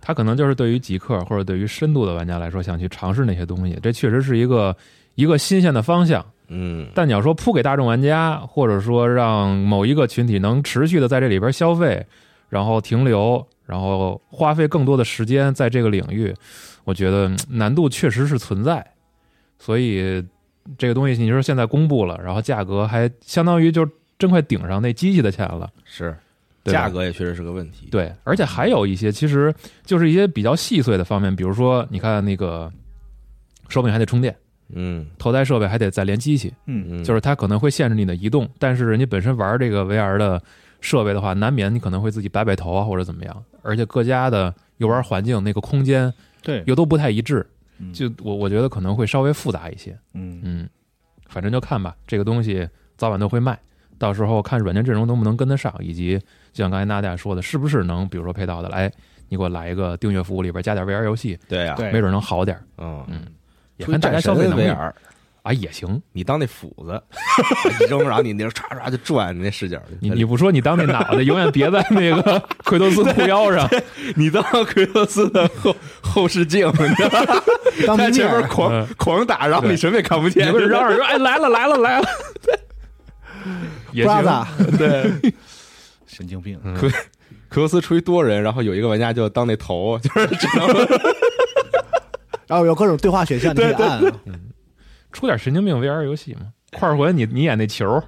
Speaker 1: 他可能就是对于极客或者对于深度的玩家来说，想去尝试那些东西，这确实是一个一个新鲜的方向。
Speaker 3: 嗯，
Speaker 1: 但你要说铺给大众玩家，或者说让某一个群体能持续的在这里边消费，然后停留，然后花费更多的时间在这个领域，我觉得嗯难度确实是存在。所以这个东西，你说现在公布了，然后价格还相当于就真快顶上那机器的钱了，
Speaker 3: 是
Speaker 1: 对吧
Speaker 3: 价格也确实是个问题。
Speaker 1: 对，而且还有一些其实就是一些比较细碎的方面，比如说你看那个手柄还得充电，
Speaker 3: 嗯，
Speaker 1: 头戴设备还得再连机器，
Speaker 4: 嗯，
Speaker 3: 嗯，
Speaker 1: 就是它可能会限制你的移动，但是人家本身玩这个 VR 的设备的话，难免你可能会自己摆摆头啊或者怎么样，而且各家的游玩环境那个空间
Speaker 4: 对，
Speaker 1: 又都不太一致，
Speaker 4: 嗯
Speaker 1: 就我我觉得可能会稍微复杂一些，
Speaker 4: 嗯
Speaker 1: 嗯，反正就看吧，这个东西早晚都会卖，到时候看软件阵容能不能跟得上，以及就像刚才娜姐说的，是不是能比如说配套的，哎，你给我来一个订阅服务里边加点 VR 游戏，
Speaker 3: 对呀，
Speaker 4: 对
Speaker 1: 没准能好点儿。
Speaker 3: 嗯，
Speaker 1: 嗯，也
Speaker 3: 推
Speaker 1: 看大家
Speaker 3: 战
Speaker 1: 消
Speaker 3: 神
Speaker 1: 费能力
Speaker 3: VR，
Speaker 1: 啊，也行。
Speaker 3: 你当那斧子， 你扔然后你那唰唰就转，你那视角，
Speaker 1: 你你不说，你当那脑袋永远别在那个 奎托斯裤腰上，
Speaker 3: 你当奎托斯的后后视镜，你知道吗？
Speaker 4: 当
Speaker 3: 在
Speaker 4: 迷
Speaker 3: 前
Speaker 4: 面
Speaker 3: 面
Speaker 4: 儿
Speaker 3: 狂
Speaker 1: 嗯
Speaker 3: 狂打，然后你
Speaker 1: 对
Speaker 3: 什么也看不
Speaker 1: 你
Speaker 3: 见，
Speaker 1: 不是嚷嚷说哎来了来了 来了，也行。
Speaker 4: Plaza，
Speaker 3: 对。
Speaker 4: 神经病，
Speaker 3: 奎奎托斯出于多人，然后有一个玩家就当那头，就是只能
Speaker 4: 然后有各种对话选项，你可以按啊。
Speaker 1: 出点神经病 VR 游戏嘛，快魂你你演那球，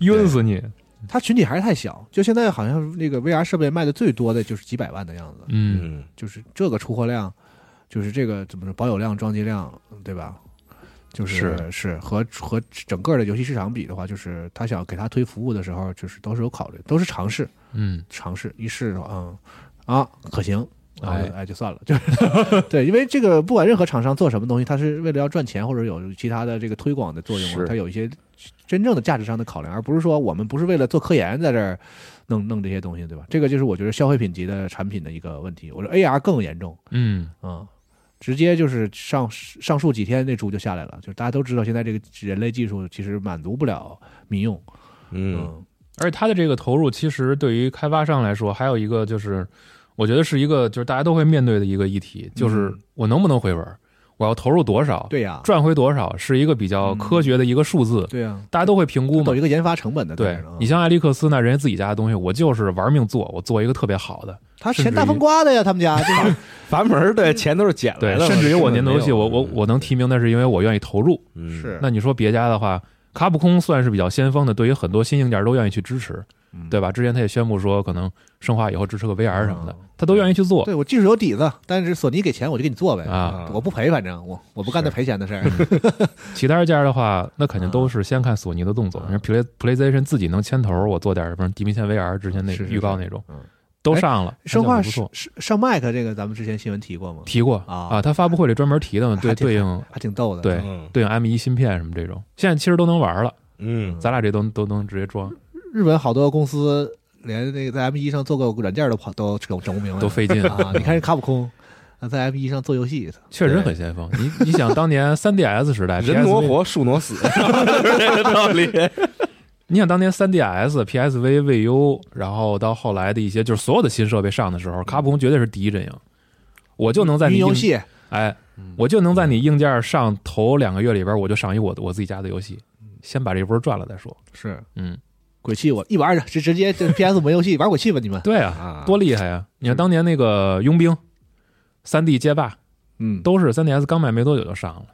Speaker 1: 晕死你。
Speaker 4: 它群体还是太小，就现在好像那个 VR 设备卖的最多的就是几百万的样子，
Speaker 1: 嗯，
Speaker 3: 嗯，
Speaker 4: 就是这个出货量，就是这个怎么说保有量、装机量，对吧？就是是和和整个的游戏市场比的话，就是他想给他推服务的时候，就是都是有考虑，都是尝试
Speaker 1: 嗯，
Speaker 4: 尝试一试说，嗯啊可行。啊
Speaker 1: 哎
Speaker 4: 哎，就算了，就是 对，因为这个不管任何厂商做什么东西，它是为了要赚钱或者有其他的这个推广的作用啊
Speaker 3: 是，
Speaker 4: 它有一些真正的价值上的考量，而不是说我们不是为了做科研在这儿弄弄这些东西，对吧？这个就是我觉得消费品级的产品的一个问题。我说 AR 更严重
Speaker 1: 嗯，
Speaker 4: 啊、直接就是上上述几天那猪就下来了，就是大家都知道现在这个人类技术其实满足不了民用，
Speaker 3: 嗯，
Speaker 4: 嗯，
Speaker 1: 而且它的这个投入，其实对于开发商来说，还有一个就是，我觉得是一个就是大家都会面对的一个议题，就是我能不能回本，我要投入多少，
Speaker 4: 对呀、
Speaker 1: 赚回多少，是一个比较科学的一个数字，
Speaker 4: 对呀、
Speaker 1: 大家都会评估嘛
Speaker 4: 有一。个研发成本的在
Speaker 1: 对
Speaker 4: 这儿呢，啊
Speaker 1: 你像艾利克斯那人家自己家的东西，我就是玩命做，我做一个特别好的，
Speaker 4: 他
Speaker 1: 甚
Speaker 4: 钱
Speaker 1: 至
Speaker 4: 大
Speaker 1: 于
Speaker 4: 风刮的呀，他们 家就是
Speaker 3: 阀门儿对钱都是捡来
Speaker 1: 对
Speaker 3: 的，，
Speaker 1: 甚至于我
Speaker 3: 根
Speaker 1: 年
Speaker 3: 本
Speaker 1: 度
Speaker 3: 没
Speaker 1: 游戏，
Speaker 3: 有
Speaker 1: 我我我能提名，那是因为我愿意投入，
Speaker 3: 嗯
Speaker 4: 嗯是
Speaker 1: 那你说别家的话，卡普空算是比较先锋的，对于很多新硬件都愿意去支持，
Speaker 4: 嗯
Speaker 1: 对吧？之前他也宣布说，可能生化以后支持个 VR 什么的
Speaker 4: 嗯，
Speaker 1: 他都愿意去做
Speaker 4: 对我技术有底子，但是索尼给钱我就给你做呗，
Speaker 1: 啊。
Speaker 3: 嗯
Speaker 1: 嗯
Speaker 4: 我不赔，反正我我不干那赔钱的 事儿。
Speaker 1: 其他家的话，那肯定
Speaker 4: 啊
Speaker 1: 都是先看索尼的动作，
Speaker 4: 嗯
Speaker 1: 人家 Play PlayStation 自己能牵头，我做点什么地平线 VR 之前那
Speaker 4: 是是是
Speaker 1: 预告那种
Speaker 4: 嗯，哎
Speaker 1: 都上了，
Speaker 4: 生
Speaker 1: 还
Speaker 4: 化
Speaker 1: 讲得不
Speaker 4: 上
Speaker 1: 错，
Speaker 4: 上麦克这个，咱们之前新闻提过吗？
Speaker 1: 提过
Speaker 4: 啊
Speaker 1: 啊，他发布会里专门提的嘛，对
Speaker 4: 还挺
Speaker 1: 对应
Speaker 4: 还挺逗的。
Speaker 1: 对
Speaker 3: 嗯
Speaker 1: 对应 M 一芯片什么这种，现在其实都能玩了，
Speaker 3: 嗯，
Speaker 1: 咱俩这都都能直接装，
Speaker 4: 日本好多公司连那个在 M 1上做过软件都跑都整整不明白，
Speaker 1: 都费劲
Speaker 4: 啊！你看人卡普空啊在 M 1上做游戏，
Speaker 1: 确实很先锋。你你想当年 3DS 时 代，
Speaker 3: 人挪活，树挪死， 这个道理。
Speaker 1: 你想当年 3DS、PSV、VU，然后到后来的一些，就是所有的新设备上的时候，卡普空绝对是第一阵营。我就能在你
Speaker 4: 云
Speaker 1: 硬
Speaker 4: 游，戏嗯
Speaker 1: 哎，我就能在你硬件上头两个月里边，我就上一我我自己家的游戏，先把这波赚了再说。
Speaker 4: 是
Speaker 1: 嗯，
Speaker 4: 鬼泣，我一玩儿直直接 就 PS 五游戏玩鬼泣吧，你们
Speaker 1: 对啊，
Speaker 3: 啊
Speaker 1: 多厉害呀、你看当年那个佣兵、三 D 街霸，
Speaker 4: 嗯，
Speaker 1: 都是 3DS 刚买没多久就上了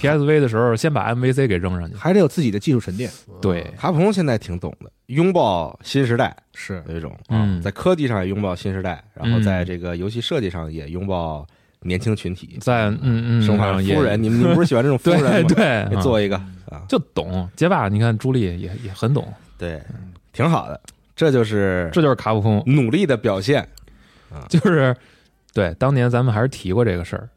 Speaker 1: ，PSV 的时候先把 MVC 给扔上去。
Speaker 4: 还得有自己的技术沉淀。
Speaker 1: 对，
Speaker 3: 卡普空现在挺懂的，拥抱新时代
Speaker 4: 是
Speaker 3: 有一种，
Speaker 1: 嗯
Speaker 3: 啊在科技上也拥抱新时代，然后
Speaker 1: 嗯
Speaker 3: 在这个游戏设计上也拥抱年轻群体。
Speaker 1: 在嗯嗯，
Speaker 3: 生化
Speaker 1: 也
Speaker 3: 夫人，你们你们不是喜欢这种夫
Speaker 1: 对
Speaker 3: 人吗？
Speaker 1: 对，
Speaker 3: 给
Speaker 1: 嗯
Speaker 3: 做一个啊，
Speaker 1: 就懂街霸，你看朱莉也也很懂，
Speaker 3: 对，挺好的，这就是
Speaker 1: 这就是卡普空，
Speaker 3: 努力的表现。
Speaker 1: 就是对当年咱们还是提过这个事儿，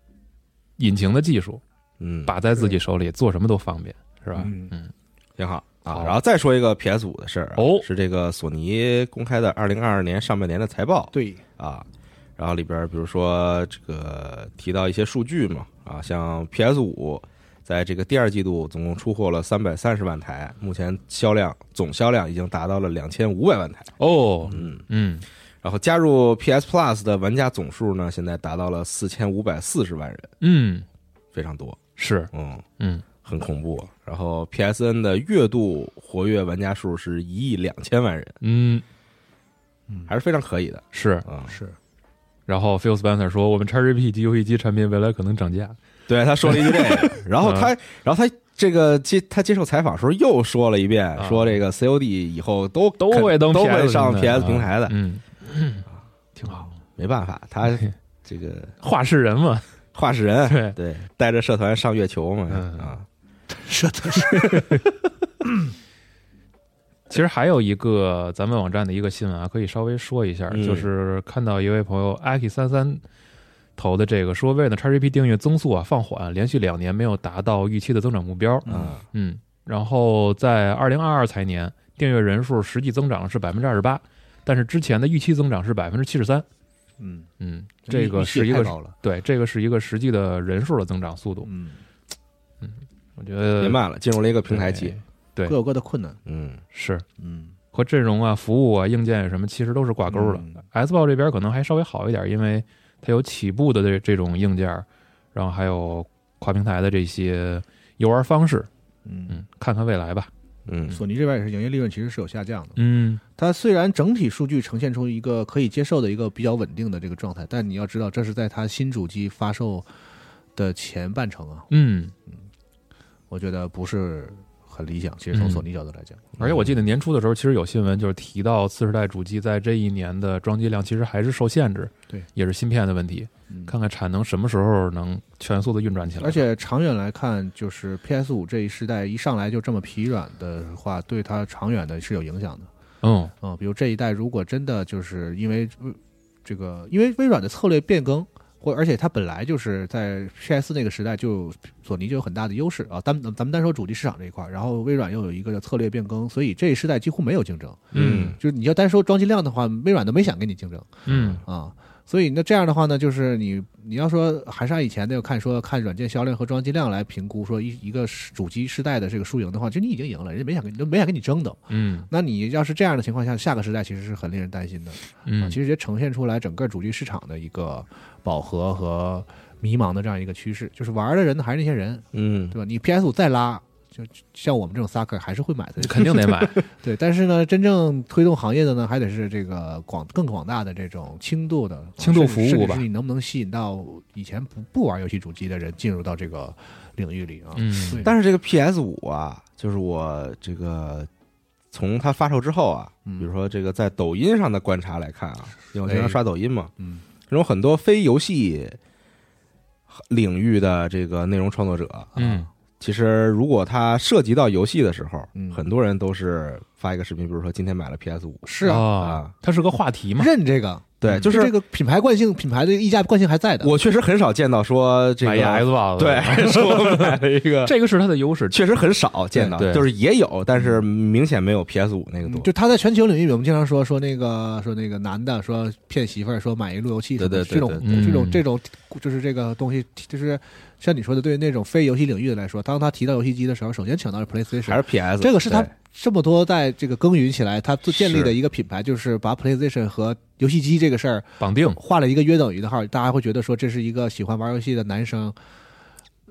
Speaker 1: 引擎的技术
Speaker 3: 嗯，
Speaker 1: 把在自己手里，做什么都方便，是吧？
Speaker 4: 嗯
Speaker 1: 嗯
Speaker 3: 挺好啊
Speaker 1: 好。
Speaker 3: 然后再说一个 PS 五的事儿啊，
Speaker 1: 哦
Speaker 3: 是这个索尼公开的二零二二年上半年的财报
Speaker 4: 对，
Speaker 3: 啊，然后里边儿比如说这个提到一些数据嘛啊，像 PS 五在这个第二季度总共出货了三百三十万台，目前销量总销量已经达到了两千五百万台，
Speaker 1: 哦，
Speaker 3: 嗯，
Speaker 1: 嗯，
Speaker 3: 然后加入 PS Plus 的玩家总数呢，现在达到了四千五百四十万人，
Speaker 1: 嗯，
Speaker 3: 非常多，
Speaker 1: 是，
Speaker 3: 嗯。
Speaker 1: 嗯，
Speaker 3: 很恐怖。啊然后 PSN 的月度活跃玩家数是一亿两千万人，
Speaker 1: 嗯，
Speaker 3: 还是非常可以的
Speaker 1: 是。
Speaker 3: 啊、
Speaker 4: 是
Speaker 1: 然后 Phil Spencer 说，我们 XGP 及游戏机产品未来可能涨价，
Speaker 3: 对，他说了一句这
Speaker 1: 嗯
Speaker 3: 个，然后他，然后他这个接他接受采访的时候又说了一遍，
Speaker 1: 啊
Speaker 3: 说这个 COD 以后都
Speaker 1: 都
Speaker 3: 肯
Speaker 1: 会登
Speaker 3: 都会
Speaker 1: PS
Speaker 3: 上 PS
Speaker 1: 啊
Speaker 3: 平台的，
Speaker 1: 嗯，挺好，
Speaker 3: 没办法，他这个
Speaker 1: 画事人嘛，
Speaker 3: 话事人，
Speaker 1: 对
Speaker 3: 对，带着社团上月球嘛
Speaker 1: 嗯
Speaker 3: 啊，
Speaker 4: 是的，是
Speaker 1: 其实还有一个咱们网站的一个新闻啊，可以稍微说一下，
Speaker 3: 嗯
Speaker 1: 就是看到一位朋友 aki 三三投的这个说，为了 XGP 订阅增速啊放缓，连续
Speaker 4: 嗯
Speaker 1: 两年没有达到预期的增长目标。
Speaker 3: 嗯
Speaker 1: 嗯，然后在二零二二财年订阅人数实际增长是百分之二十八，但是之前的预期增长是百分之七十三。
Speaker 4: 嗯，
Speaker 1: 嗯，这个是一
Speaker 4: 预期也太
Speaker 1: 个
Speaker 4: 高了，
Speaker 1: 对，这个是一个实际的人数的增长速度。
Speaker 4: 嗯，
Speaker 1: 我觉得
Speaker 3: 别慢了，进入了一个平台期
Speaker 1: 嗯对。对
Speaker 4: 各有各的困难，
Speaker 3: 嗯，
Speaker 1: 是
Speaker 4: 嗯，
Speaker 1: 和阵容啊、服务啊、硬件什么，其实都是挂钩的。
Speaker 4: 嗯
Speaker 1: S 报这边可能还稍微好一点，因为它有起步的这这种硬件，然后还有跨平台的这些游玩方式。
Speaker 4: 嗯，
Speaker 1: 嗯，看看未来吧。
Speaker 3: 嗯，
Speaker 4: 索尼这边也是营业利润其实是有下降的，
Speaker 1: 嗯，
Speaker 4: 它虽然整体数据呈现出一个可以接受的一个比较稳定的这个状态，但你要知道，这是在它新主机发售的前半程啊，
Speaker 1: 嗯，
Speaker 4: 我觉得不是很理想。其实从
Speaker 1: 嗯
Speaker 4: 索尼角度来讲，
Speaker 1: 而且我记得年初的时候，其实有新闻就是提到次世代主机在这一年的装机量其实还是受限制，
Speaker 4: 对，
Speaker 1: 也是芯片的问题。
Speaker 4: 嗯
Speaker 1: 看看产能什么时候能全速的运转起来。
Speaker 4: 而，且长远来看，就是 PS 五这一时代一上来就这么疲软的话，对它长远的是有影响的。
Speaker 1: 嗯
Speaker 4: 嗯，比如这一代如果真的就是因为呃这个，因为微软的策略变更，或而且它本来就是在 PS 那个时代就索尼就有很大的优势啊。咱们咱们单说主机市场这一块儿，然后微软又有一个策略变更，所以这一时代几乎没有竞争。
Speaker 1: 嗯
Speaker 4: 就是你要单说装机量的话，微软都没想跟你竞争。
Speaker 1: 嗯
Speaker 4: 啊。所以那这样的话呢，就是你你要说还是按以前那个看说看软件销量和装机量来评估说一一个是主机世代的这个输赢的话，就你已经赢了，人家没想跟你都没想跟你争斗。
Speaker 1: 嗯
Speaker 4: 那你要是这样的情况下，下个时代其实是很令人担心的啊。
Speaker 1: 嗯，
Speaker 4: 其实也呈现出来整个主机市场的一个饱和和迷茫的这样一个趋势，就是玩的人呢还是那些人，
Speaker 3: 嗯
Speaker 4: 对吧？你 PS 五再拉。就像我们这种撒克还是会买的，
Speaker 1: 肯定得买。
Speaker 4: 对。但是呢，真正推动行业的呢，还得是这个广更广大的这种轻度的啊
Speaker 1: 轻度服务吧
Speaker 4: 甚至是你能不能吸引到以前不不玩游戏主机的人进入到这个领域里啊？
Speaker 1: 嗯
Speaker 4: 对
Speaker 3: 但是这个 PS 五啊，就是我这个从它发售之后啊，
Speaker 4: 嗯
Speaker 3: 比如说这个在抖音上的观察来看啊，因为我经常刷
Speaker 1: 哎
Speaker 3: 抖音嘛，
Speaker 4: 嗯，
Speaker 3: 这种很多非游戏领域的这个内容创作者，
Speaker 1: 嗯
Speaker 3: 其实如果它涉及到游戏的时候，
Speaker 4: 嗯
Speaker 3: 很多人都是发一个视频，比如说今天买了 PS 五，
Speaker 4: 是啊，
Speaker 1: 啊，它是个话题嘛。
Speaker 4: 认这个，嗯
Speaker 3: 对，就
Speaker 4: 这
Speaker 3: 是
Speaker 4: 个品牌惯性，品牌的溢价惯性还在的。
Speaker 3: 我确实很少见到说这
Speaker 1: 买一
Speaker 3: 个
Speaker 1: S 吧，
Speaker 3: 对，说买了一个，
Speaker 1: 这个是它的优势。
Speaker 3: 确实很少见到
Speaker 1: 对，对
Speaker 3: 就是也有，但是明显没有 PS 五那个
Speaker 4: 嗯
Speaker 3: 多。
Speaker 4: 就他在全球领域，我们经常说说那个说那个男的说骗媳妇儿，说买一路由器什么的，
Speaker 3: 对对对
Speaker 4: 这种
Speaker 3: 对
Speaker 1: 对
Speaker 4: 这种
Speaker 1: 嗯
Speaker 4: 这种就是这个东西，就是像你说的，对于那种非游戏领域的来说，当他提到游戏机的时候，首先想到是 PlayStation，
Speaker 3: 还是 PS，
Speaker 4: 这个是他
Speaker 3: 对
Speaker 4: 这么多在这个耕耘起来，他做建立
Speaker 3: 是
Speaker 4: 的一个品牌，就是把 PlayStation 和游戏机这个事儿
Speaker 1: 绑定，
Speaker 4: 画了一个约等于的号，大家会觉得说这是一个喜欢玩游戏的男生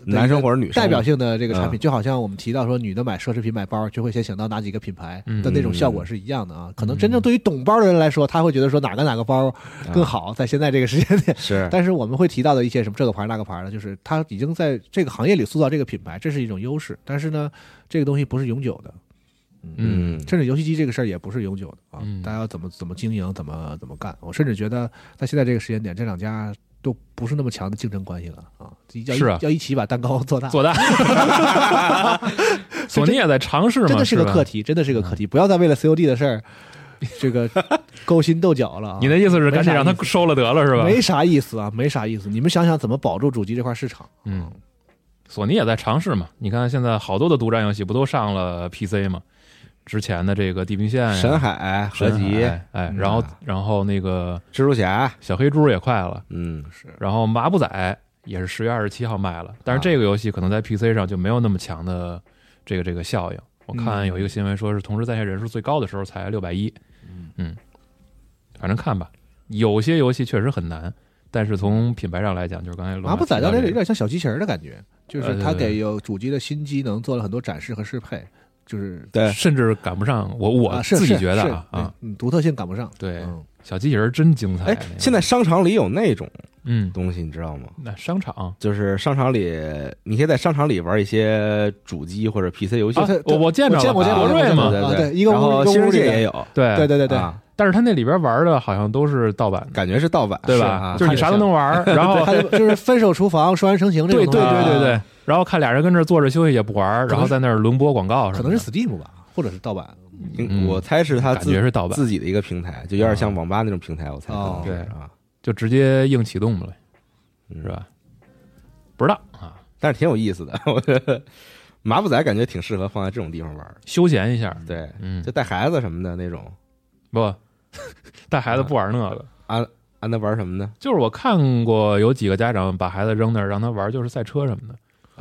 Speaker 3: 男生或者女生
Speaker 4: 代表性的这个产品，
Speaker 3: 嗯
Speaker 4: 就好像我们提到说女的买奢侈品买包，就会先想到哪几个品牌
Speaker 1: 嗯
Speaker 4: 的那种效果是一样的啊。可能真正对于懂包的人来说，他会觉得说哪个哪个包
Speaker 1: 啊
Speaker 4: 更好，在现在这个时间点。
Speaker 3: 是
Speaker 4: 但是我们会提到的一些什么这个牌儿那个牌儿的，就是他已经在这个行业里塑造这个品牌，这是一种优势。但是呢，这个东西不是永久的，
Speaker 3: 嗯
Speaker 4: 甚至游戏机这个事儿也不是永久的啊，
Speaker 1: 嗯
Speaker 4: 大家要怎么怎么经营，怎么怎么干。我甚至觉得在现在这个时间点，这两家都不是那么强的竞争关系了啊，要一
Speaker 1: 是啊
Speaker 4: 要一起把蛋糕做大，
Speaker 1: 做大。 索尼也在尝试嘛，
Speaker 4: 真的是个
Speaker 1: 吧嗯
Speaker 4: 课。题，真的是个课题。不要再为了 COD 的 事儿这个勾心斗角了啊，
Speaker 1: 你的意思是赶紧让它
Speaker 4: 没啥意思
Speaker 1: 收了得了是吧？
Speaker 4: 没啥意思啊，没啥意思。你们想想怎么保住主机这块市场？
Speaker 1: 嗯，索尼也在尝试嘛。你看现在好多的独占游戏不都上了 PC 嘛？之前的这个《地平线》呀、
Speaker 3: 神海合
Speaker 1: 神海
Speaker 3: 集、
Speaker 1: 哎，
Speaker 3: 嗯
Speaker 1: 然后
Speaker 3: 啊
Speaker 1: 然后那个
Speaker 3: 蜘蛛侠，
Speaker 1: 小黑猪也快了，
Speaker 3: 嗯，
Speaker 1: 然后麻布仔也是十月二十七号卖了，但是
Speaker 3: 啊
Speaker 1: 这个游戏可能在 PC 上就没有那么强的这个这个效应。我
Speaker 4: 嗯
Speaker 1: 看有一个新闻说是同时在线人数最高的时候才六百一，嗯，反正看吧，有些游戏确实很难，但是从品牌上来讲，就是刚才罗
Speaker 4: 麻布仔
Speaker 1: 到
Speaker 4: 到这里有点像小机器人的感觉，就是
Speaker 1: 呃
Speaker 4: 他
Speaker 1: 对对
Speaker 4: 给有主机的新机能做了很多展示和适配，就是
Speaker 3: 对，
Speaker 1: 甚至赶不上我我
Speaker 4: 啊是
Speaker 1: 自己
Speaker 4: 是
Speaker 1: 觉得
Speaker 4: 是
Speaker 1: 啊啊，
Speaker 4: 嗯，独特性赶不上。
Speaker 1: 对
Speaker 4: 嗯
Speaker 1: 小机器人真精彩。
Speaker 3: 哎，现在商场里有那种
Speaker 1: 嗯，
Speaker 3: 东西，你知道吗？
Speaker 1: 那商场。
Speaker 3: 就是商场里，你可以在商场里玩一些主机或者 PC 游戏
Speaker 1: 啊，
Speaker 4: 这
Speaker 1: 我我见着
Speaker 4: 我见
Speaker 1: 了，
Speaker 4: 过见
Speaker 1: 博
Speaker 4: 过
Speaker 1: 瑞
Speaker 4: 见过
Speaker 1: 嘛，
Speaker 4: 啊
Speaker 3: 对
Speaker 4: 对一个屋
Speaker 3: 然后
Speaker 4: 一个屋
Speaker 3: 新世界
Speaker 4: 里的
Speaker 3: 也有，
Speaker 1: 对
Speaker 4: 对对对对，
Speaker 3: 啊
Speaker 1: 但是他那里边玩的好像都是盗版的，
Speaker 3: 感觉是盗版，
Speaker 1: 对
Speaker 3: 是
Speaker 1: 吧？嗯
Speaker 3: 啊
Speaker 1: 就是你啥都能玩儿，然后
Speaker 4: 他就是分手厨房、说完成行这
Speaker 1: 对
Speaker 4: 种
Speaker 1: 对
Speaker 4: 东西
Speaker 1: 对对对
Speaker 3: 啊，
Speaker 1: 然后看俩人跟这儿坐着休息也不玩儿，
Speaker 4: 可能是
Speaker 1: 然后在那儿轮播广告什
Speaker 4: 可
Speaker 1: 么的，
Speaker 4: 能是 Steam 吧，或者是盗版。
Speaker 1: 嗯
Speaker 3: 我猜是他
Speaker 1: 感
Speaker 3: 自
Speaker 1: 觉是盗版，
Speaker 3: 自己的一个平台，就有点像网吧那种平台，我猜可能是
Speaker 1: 哦
Speaker 3: 啊，
Speaker 1: 就直接硬启动了，
Speaker 3: 嗯
Speaker 1: 是？吧？不知道啊，
Speaker 3: 但是挺有意思的，我觉得麻布仔感觉挺适合放在这种地方玩儿，
Speaker 1: 休闲一下。
Speaker 3: 对，
Speaker 1: 嗯
Speaker 3: 就，带孩子什么的那种。
Speaker 1: 不，带孩子不玩那个。
Speaker 3: 啊，那玩儿什么呢？
Speaker 1: 就是我看过有几个家长把孩子扔那儿让他玩，就是赛车什么的，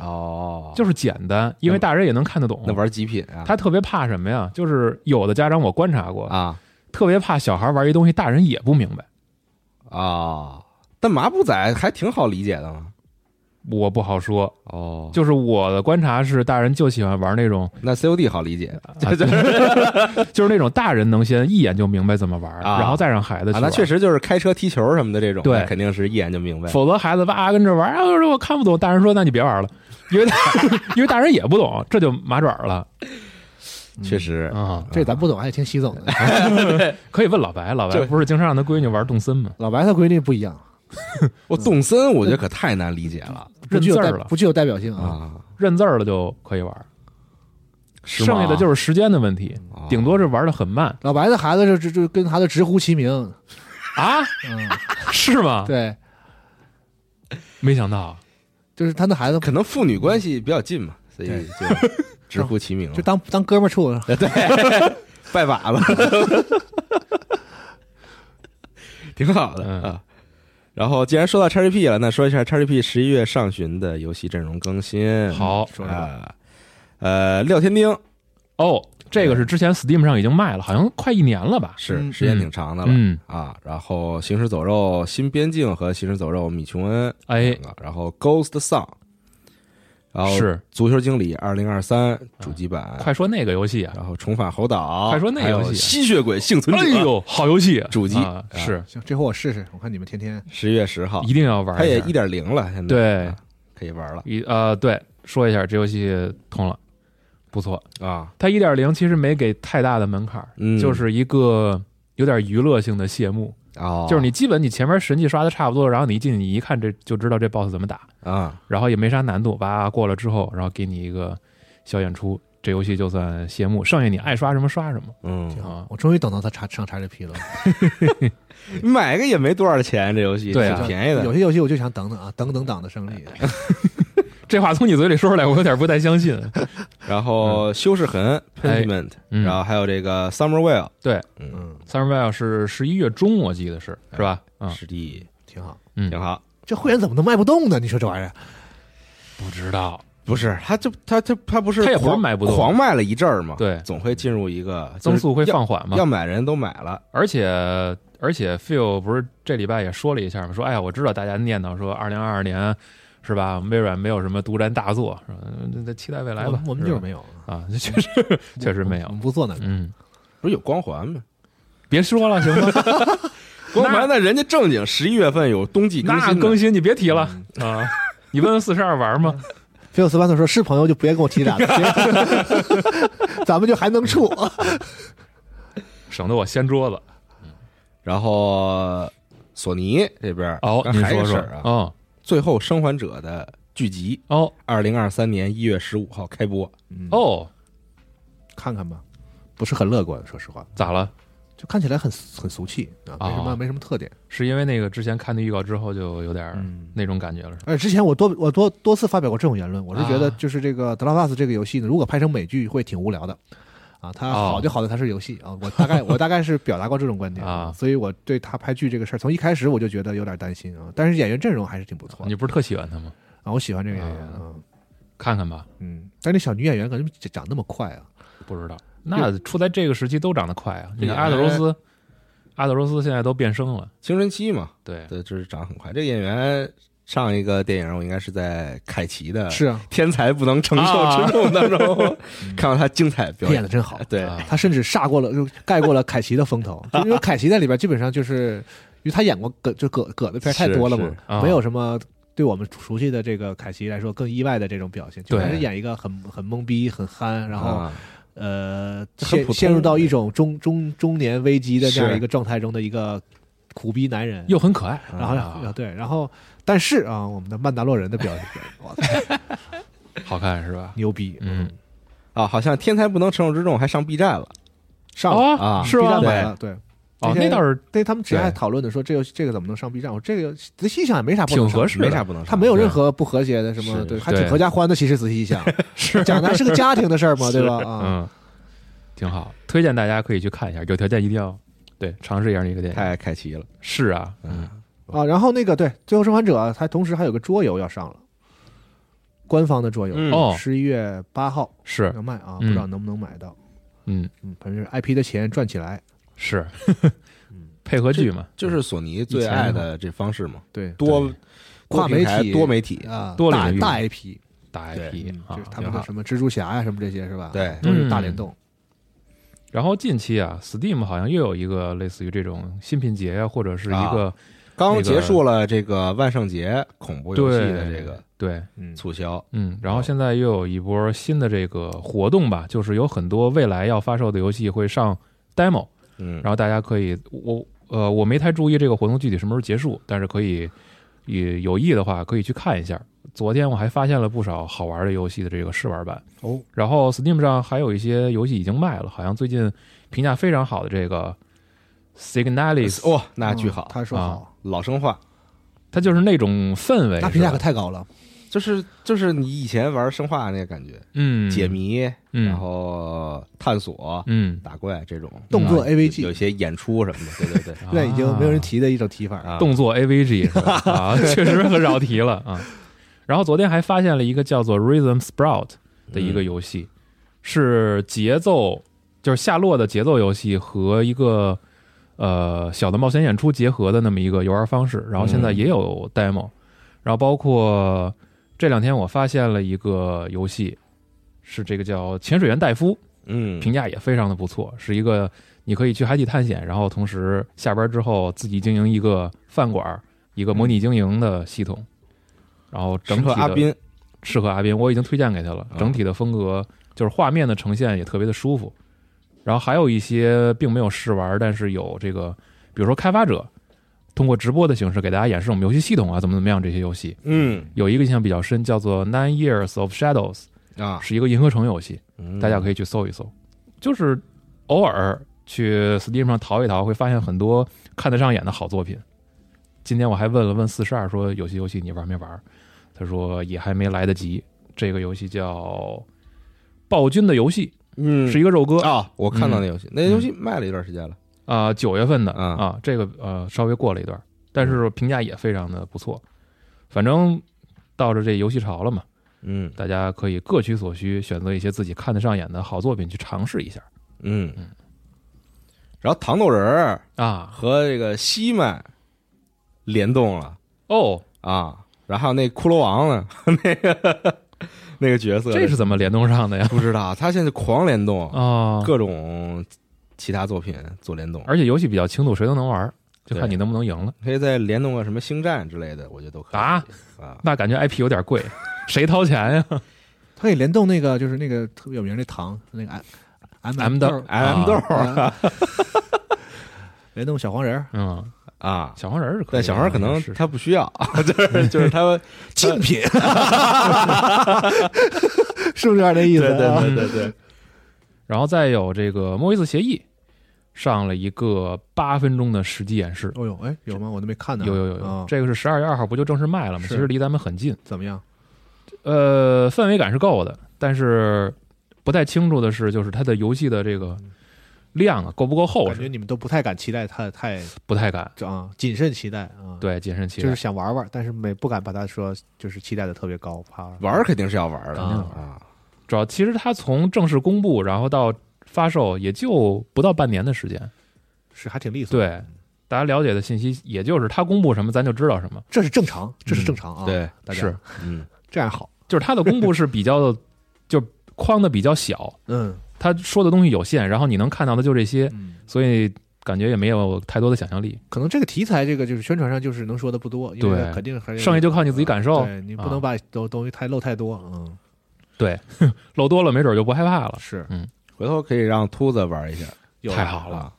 Speaker 3: 哦就
Speaker 1: 就是简单，因为大人也能看得懂。
Speaker 3: 那玩儿极品啊，
Speaker 1: 哦他特别怕什么呀？就是有的家长我观察过，
Speaker 3: 啊
Speaker 1: 特别怕小孩玩一东西，大人也不明白。
Speaker 3: 啊！但麻布仔还挺好理解的嘛。
Speaker 1: 我不好说，
Speaker 3: 哦就
Speaker 1: 就是我的观察是，大人就喜欢玩那种，
Speaker 3: 那 COD 好理解 啊，
Speaker 1: 啊、就是那种大人能先一眼就明白怎么玩，
Speaker 3: 啊
Speaker 1: 然后再让孩子去玩。
Speaker 3: 那确实就是开车踢球什么的这种，
Speaker 1: 对
Speaker 3: 那肯定是一眼就明白。
Speaker 1: 否则孩子哇跟着玩，啊，我说我看不懂。大人说那你别玩了，因为大 因为大人也不懂，这就麻爪了
Speaker 3: 确实，
Speaker 1: 啊、
Speaker 4: 这咱不懂，还得听习总的。
Speaker 1: 可以问老白，老白
Speaker 3: 对
Speaker 1: 不是经常让他闺女玩动森吗？
Speaker 4: 老白他闺女不一样，
Speaker 3: 我动森我
Speaker 1: 嗯
Speaker 3: 觉得可太难理解了
Speaker 4: 不
Speaker 1: 认
Speaker 4: 具
Speaker 1: 字
Speaker 4: 有代
Speaker 1: 儿了，
Speaker 4: 不具有代表性
Speaker 1: 嗯
Speaker 4: 啊。
Speaker 3: 啊！
Speaker 1: 认字儿了就可以玩，
Speaker 3: 是
Speaker 1: 剩
Speaker 3: 吗
Speaker 1: 下的就是时间的问题，
Speaker 3: 哦
Speaker 1: 顶多是玩的很慢
Speaker 4: 老白的孩子就就就跟孩子直呼其名，
Speaker 1: 啊，
Speaker 4: 嗯，
Speaker 1: 是吗？
Speaker 4: 对，
Speaker 1: 没想到，啊
Speaker 4: 就是他那孩子
Speaker 3: 可能父女关系比较近嘛，所以
Speaker 4: 对
Speaker 3: 就直呼其 名了
Speaker 4: 就当当哥们儿处，
Speaker 3: 拜把子， 挺好的
Speaker 1: 嗯
Speaker 3: 啊。然后，既然说到 XGP 了，那说一下 XGP 十一月上旬的游戏阵容更新。
Speaker 1: 好
Speaker 4: 说吧
Speaker 3: 啊，呃，廖天丁
Speaker 1: 哦，这个是之前 Steam 上已经卖了，好像快一年了吧？
Speaker 3: 是
Speaker 4: 嗯
Speaker 3: 时间挺长的了
Speaker 1: 嗯，
Speaker 3: 啊。然后，《行尸走肉》新边境和《行尸走肉》米琼恩
Speaker 1: 哎
Speaker 3: 两，个，然后 Ghost Song，然后
Speaker 1: 是啊
Speaker 3: 足球经理二零二三主机版，
Speaker 1: 快说那个游戏啊！
Speaker 3: 然后重返猴岛，
Speaker 1: 快说那
Speaker 3: 还有
Speaker 1: 游戏
Speaker 3: 吸血鬼幸存者，
Speaker 1: 哎呦，好游戏啊，
Speaker 3: 主机
Speaker 1: 啊
Speaker 3: 啊
Speaker 1: 是
Speaker 4: 行，这回我试试，我看你们天天
Speaker 3: 十月十号
Speaker 1: 一定要玩下。
Speaker 3: 它也一点零了，现在
Speaker 1: 对
Speaker 3: 啊可以玩了
Speaker 1: 一呃，对，说一下这游戏通了，不错。
Speaker 3: 啊。
Speaker 1: 它一点零其实没给太大的门槛儿，
Speaker 3: 嗯
Speaker 1: 就是一个有点娱乐性的谢幕，
Speaker 3: 哦，
Speaker 1: 就是你基本你前面神器刷的差不多，然后你一进去一看这就知道这 boss 怎么打，
Speaker 3: 啊，
Speaker 1: 然后也没啥难度，哇过了之后，然后给你一个小演出，这游戏就算谢幕，剩下你爱刷什么刷什么
Speaker 3: 嗯，
Speaker 1: 啊。
Speaker 4: 我终于等到他查上查这批了，
Speaker 3: 买个也没多少钱，这游戏
Speaker 1: 对啊
Speaker 3: 挺便宜
Speaker 4: 有
Speaker 3: 的。
Speaker 4: 些游戏我就想等等啊，等等党的胜利，
Speaker 1: 哎这话从你嘴里说出来，我有点不太相信。
Speaker 3: 然后修饰痕 Pentiment，
Speaker 1: 嗯
Speaker 3: 然后还有这个 Summerwell，
Speaker 1: 对
Speaker 3: 嗯，
Speaker 4: 嗯，
Speaker 1: ，Summerwell 是十一月中，我记得是是吧？啊、
Speaker 3: 实地
Speaker 4: 挺好。
Speaker 1: 嗯，
Speaker 3: 挺好。
Speaker 4: 这会员怎么能卖不动呢？你说这玩意儿，
Speaker 1: 不知道，
Speaker 3: 不是，他就他他他不是
Speaker 1: 它也不是
Speaker 3: 狂
Speaker 1: 买不动
Speaker 3: 狂卖了一阵儿嘛，
Speaker 1: 对
Speaker 3: 总会进入一个
Speaker 1: 增速会，
Speaker 3: 就是
Speaker 1: 放缓
Speaker 3: 要
Speaker 1: 嘛？
Speaker 3: 要买人都买了，
Speaker 1: 而且而且，Phil 不是这礼拜也说了一下吗？说哎呀，我知道大家念叨说二零二二年是吧？微软没有什么独占大作，是吧那那期待未来
Speaker 4: 我
Speaker 1: 吧
Speaker 4: 们。我们就是没有，
Speaker 1: 吧啊， 确实确实没
Speaker 4: 我
Speaker 1: 有
Speaker 4: 们。不做那个。
Speaker 1: 嗯，
Speaker 3: 不是有光环吗？
Speaker 1: 别说了，行吗？
Speaker 3: 光环那人家正经十一月份有冬季更
Speaker 1: 那
Speaker 3: 新呢，
Speaker 1: 更新你别提了啊！你问问四十二玩吗？
Speaker 4: 菲尔斯班特说：“是朋友就别跟我提这俩了， 咱们就还能处。
Speaker 1: 省得我掀桌子。
Speaker 3: 然后索尼这边
Speaker 1: 哦，
Speaker 3: 刚
Speaker 1: 您
Speaker 3: 还
Speaker 1: 说
Speaker 3: 有一
Speaker 1: 说
Speaker 3: 事儿啊，
Speaker 1: 嗯
Speaker 3: 最后生还者的剧集，
Speaker 1: 哦
Speaker 3: 二零二三年一月十五号开播。”
Speaker 1: 哦，
Speaker 4: 看看吧，不是很乐观，说实话，
Speaker 1: 咋了？
Speaker 4: 就看起来很很俗气啊，没什么、
Speaker 1: 哦
Speaker 4: 没什么特点。
Speaker 1: 是因为那个之前看那预告之后就有点儿
Speaker 4: 嗯，
Speaker 1: 那种感觉了，是吧？
Speaker 4: 而且之前我多我多多次发表过这种言论，我是觉得
Speaker 1: 啊
Speaker 4: 就是这个《德拉帕斯》这个游戏呢，如果拍成美剧会挺无聊的。啊，它
Speaker 1: 哦
Speaker 4: 好就好在它是游戏啊，我大概我大概是表达过这种观点
Speaker 1: 啊
Speaker 4: 所以我对他拍剧这个事儿，从一开始我就觉得有点担心啊。但是演员阵容还是挺不错的
Speaker 1: 你不是特喜欢他吗？
Speaker 4: 啊，我喜欢这个演员
Speaker 1: 啊
Speaker 4: 啊，
Speaker 1: 看看吧，
Speaker 4: 嗯，但是那小女演员感觉长长那么快啊，
Speaker 1: 不知道。 那处在这个时期都长得快啊！你看
Speaker 3: 哎
Speaker 1: 阿德罗斯，阿德罗斯现在都变声了，
Speaker 3: 青春期嘛，
Speaker 1: 对，
Speaker 3: 对，就是长得很快。这个演员上一个电影我应该是在凯奇
Speaker 1: 哎
Speaker 3: 的《
Speaker 4: 是啊，
Speaker 3: 天才不能承受
Speaker 1: 啊
Speaker 3: 之重》当中看到他精彩表
Speaker 4: 她 演
Speaker 3: 演
Speaker 4: 的。真好，
Speaker 3: 对，
Speaker 1: 啊
Speaker 4: 他甚至煞过了，就盖过了凯奇的风头，就因为凯奇在里边基本上就是，因为他演过葛就葛葛的片儿太多了
Speaker 3: 是
Speaker 4: 嘛
Speaker 3: 是，
Speaker 1: 啊
Speaker 4: 没有什么对我们熟悉的这个凯奇来说更意外的这种表现，就
Speaker 1: 对
Speaker 4: 还是演一个很很懵逼、很憨，然后、
Speaker 3: 啊
Speaker 4: 呃
Speaker 3: 很
Speaker 4: 陷
Speaker 3: 普通
Speaker 4: 陷入到一种中中中年危机的这样
Speaker 3: 是
Speaker 4: 一个状态中的一个苦逼男人。
Speaker 1: 又很可爱。
Speaker 4: 然后、
Speaker 1: 啊
Speaker 4: 对，然后但是啊，我们的曼达洛人的表现，哇塞，
Speaker 1: 好看是吧？
Speaker 4: 牛逼！
Speaker 1: 嗯，
Speaker 3: 啊，好像《天才不能承受之重》还上 B 站了
Speaker 4: 上了、
Speaker 1: 哦，
Speaker 3: 啊，
Speaker 1: 是
Speaker 4: 吧？
Speaker 1: 吗？
Speaker 4: 买了，对，
Speaker 1: 哦，
Speaker 4: 那些
Speaker 1: 那倒是
Speaker 4: 对他们只爱
Speaker 3: 对
Speaker 4: 讨论的说这游戏这个怎么能上 B 站？我这个仔细想也没啥不
Speaker 1: 挺
Speaker 4: 能上
Speaker 1: 合适的，
Speaker 3: 没啥不能上
Speaker 4: 他没有任何不和谐的什么，
Speaker 3: 是
Speaker 4: 对，
Speaker 3: 是
Speaker 4: 还挺合家欢的。其实仔细一想，
Speaker 1: 是
Speaker 4: 讲的还是个家庭的事 儿嘛，
Speaker 1: 是
Speaker 4: 对吧？啊，
Speaker 1: 嗯，挺好，推荐大家可以去看一下，有条件一定要对尝试一下这个电影。
Speaker 3: 太凯奇了，
Speaker 1: 是啊，嗯，
Speaker 4: 啊，然后那个对《最后生还者》，它同时还有个桌游要上了，官方的桌游，
Speaker 3: 嗯
Speaker 1: 哦，
Speaker 4: 十一月八号
Speaker 1: 是，
Speaker 4: 要卖啊，
Speaker 1: 嗯
Speaker 4: 不知道能不能买到。
Speaker 1: 嗯，
Speaker 4: 嗯，反正就是 IP 的钱赚起来，
Speaker 1: 是， 配合剧嘛，
Speaker 3: 就是索尼最爱的这方式嘛，
Speaker 4: 对，
Speaker 3: 多
Speaker 4: 跨媒体
Speaker 3: 多平台多媒体，
Speaker 4: 啊，
Speaker 1: 多
Speaker 4: 大
Speaker 1: 领域
Speaker 4: 大 IP，
Speaker 1: 大
Speaker 3: 对
Speaker 1: IP
Speaker 4: 嗯
Speaker 1: 啊
Speaker 4: 就是，他
Speaker 3: 挺
Speaker 4: 们的
Speaker 3: 好
Speaker 4: 什么蜘蛛侠呀、什么这些是吧？
Speaker 3: 对
Speaker 4: 都是大
Speaker 1: 嗯
Speaker 4: 联动。
Speaker 1: 然后近期啊，Steam 好像又有一个类似于这种新品节呀，或者是一
Speaker 3: 啊
Speaker 1: 个
Speaker 3: 刚结束了这个万圣节恐怖游戏
Speaker 1: 对
Speaker 3: 的这个
Speaker 1: 对，
Speaker 4: 嗯，
Speaker 3: 促销，
Speaker 1: 嗯，然后现在又有一波新的这个活动吧，就是有很多未来要发售的游戏会上 demo，
Speaker 3: 嗯，
Speaker 1: 然后大家可以我呃我没太注意这个活动具体什么时候结束，但是可以呃也有意的话可以去看一下。昨天我还发现了不少好玩的游戏的这个试玩版
Speaker 4: 哦，
Speaker 1: 然后 Steam 上还有一些游戏已经卖了，好像最近评价非常好的这个 Signalis，
Speaker 3: 哇、哦那巨好，
Speaker 4: 嗯他说
Speaker 1: 啊
Speaker 4: 好，
Speaker 3: 老生化，
Speaker 1: 它就是那种氛围，
Speaker 4: 那评价可
Speaker 1: 是吧
Speaker 4: 太高了。
Speaker 3: 就是就是你以前玩生化那个感觉，
Speaker 1: 嗯
Speaker 3: 解，谜，
Speaker 1: 嗯
Speaker 3: 然后探索、
Speaker 1: 嗯，
Speaker 3: 打怪这种
Speaker 4: 动作
Speaker 3: 啊
Speaker 4: AVG
Speaker 3: 有有些演出什么的，对对对，
Speaker 4: 现在已经没有人
Speaker 1: 啊
Speaker 4: 提的一种提法了。
Speaker 3: 啊，
Speaker 1: 动作 AVG 是吧？啊，确实很少提了啊。然后昨天还发现了一个叫做 Rhythm Sprout 的
Speaker 3: 嗯
Speaker 1: 一个游戏，是节奏，就是下落的节奏游戏和一个呃小的冒险演出结合的那么一个游玩方式。然后现在也有 demo，、然后包括这两天我发现了一个游戏，是这个叫《潜水员戴夫》，
Speaker 3: 嗯，
Speaker 1: 评价也非常的不错，是一个你可以去海底探险，然后同时下班之后自己经营一个饭馆儿，一个模拟经营的系统，然后整体
Speaker 3: 整个
Speaker 1: 的
Speaker 3: 嗯阿斌，
Speaker 1: 适合阿斌，我已经推荐给他了。
Speaker 3: 啊
Speaker 1: 整体的风格就是画面的呈现也特别的舒服，然后还有一些并没有试玩，但是有这个，比如说开发者通过直播的形式给大家演示我们游戏系统啊，怎么怎么样这些游戏，
Speaker 3: 嗯
Speaker 1: 有一个印象比较深，叫做 Nine Years of Shadows，
Speaker 3: 啊，
Speaker 1: 是一个银河城游戏。嗯大家可
Speaker 3: 以
Speaker 1: 以去搜一搜，就是偶尔去 Steam 上淘一淘，会发现很多看得上眼的好作品。今天我还问了问四十二，说有些游戏你玩没玩？他说也还没来得及。这个游戏叫《暴君的游戏
Speaker 3: 嗯》，
Speaker 1: 是一个嗯肉鸽
Speaker 3: 啊，我看到那游戏，那游戏卖了一段时间了，
Speaker 1: 啊，九、月份的
Speaker 3: 啊嗯
Speaker 1: 啊，这个呃稍微过了一段，但是评价也非常的不错。反正到着这游戏潮了嘛，
Speaker 3: 嗯
Speaker 1: 大家可以各取所需，选择一些自己看得上眼的好作品去尝试一下
Speaker 3: 嗯。然后糖豆人儿
Speaker 1: 啊。
Speaker 3: 和这个西曼联动了
Speaker 1: 哦，
Speaker 3: 啊，然后那骷髅王呢， 那个那个角色
Speaker 1: 这是怎么联动上的呀？
Speaker 3: 不知道，他现在狂联动，
Speaker 1: 啊，
Speaker 3: 各种其他作品做联动，
Speaker 1: 而且游戏比较轻度，谁都能玩儿，就看
Speaker 3: 对
Speaker 1: 你能不能赢了。
Speaker 3: 可以再联动个什么星战之类的，我觉得都可以
Speaker 1: 啊
Speaker 3: 啊。
Speaker 1: 那感觉 IP 有点贵，谁掏钱呀
Speaker 4: 它可以联动那个，就是那个特别有名的糖，那个 M
Speaker 1: ？M 豆
Speaker 3: M 豆
Speaker 4: 啊 联动小黄 人儿，
Speaker 1: 嗯，
Speaker 3: 啊，
Speaker 1: 小黄人儿是可以的，
Speaker 3: 但小孩儿可能
Speaker 1: 是
Speaker 3: 他不需要， 就是就是他
Speaker 4: 竞品， 是不是有点那意
Speaker 3: 对
Speaker 4: 思？
Speaker 3: 对
Speaker 4: 啊
Speaker 3: 对对对，
Speaker 1: 然后再有这个《莫伊斯协议》上了一个八分钟的实际演示，
Speaker 4: 哦呦，哎，有吗？我都没看呢。
Speaker 1: 有有有有
Speaker 4: 啊，
Speaker 1: 这个是十二月二号不就正式卖了吗？
Speaker 4: 是
Speaker 1: 其实离咱们很近，
Speaker 4: 怎么样？
Speaker 1: 呃，氛围感是够的，但是不太清楚的是，就是它的游戏的这个量啊够不够厚
Speaker 4: 感觉
Speaker 1: 实，
Speaker 4: 你们都不太敢期待它，太
Speaker 1: 不太敢。
Speaker 4: 啊，谨慎期待啊。，
Speaker 1: 对，谨慎期待
Speaker 4: 就是想玩玩，但是没不敢把它说就是期待的特别高，怕
Speaker 3: 玩儿肯定是要玩儿的
Speaker 1: 啊
Speaker 3: 啊。
Speaker 1: 主要其实它从正式公布，然后到发售，也就不到半年的时间。
Speaker 4: 是还挺利索。，
Speaker 1: 对，大家了解的信息，也就是它公布什么，咱就知道什么。
Speaker 4: 这是正常，这是正常啊。，
Speaker 3: 对，
Speaker 4: 大家
Speaker 1: 是，
Speaker 3: 嗯，
Speaker 4: 这样好。
Speaker 1: 就是它的公布是比较，就框的比较小，
Speaker 4: 嗯
Speaker 1: 它说的东西有限，然后你能看到的就这些，
Speaker 4: 嗯。
Speaker 1: 所以感觉也没有太多的想象力。
Speaker 4: 可能这个题材，这个就是宣传上就是能说的不多，因为
Speaker 1: 对
Speaker 4: 肯定还是
Speaker 1: 剩下就靠你自己感受啊
Speaker 4: 对你不能把东东西太漏太多，嗯，
Speaker 1: 对，漏多了没准就不害怕了。
Speaker 4: 是
Speaker 3: 回头可以让秃子玩一下，
Speaker 4: 有
Speaker 1: 太好了，
Speaker 3: 啊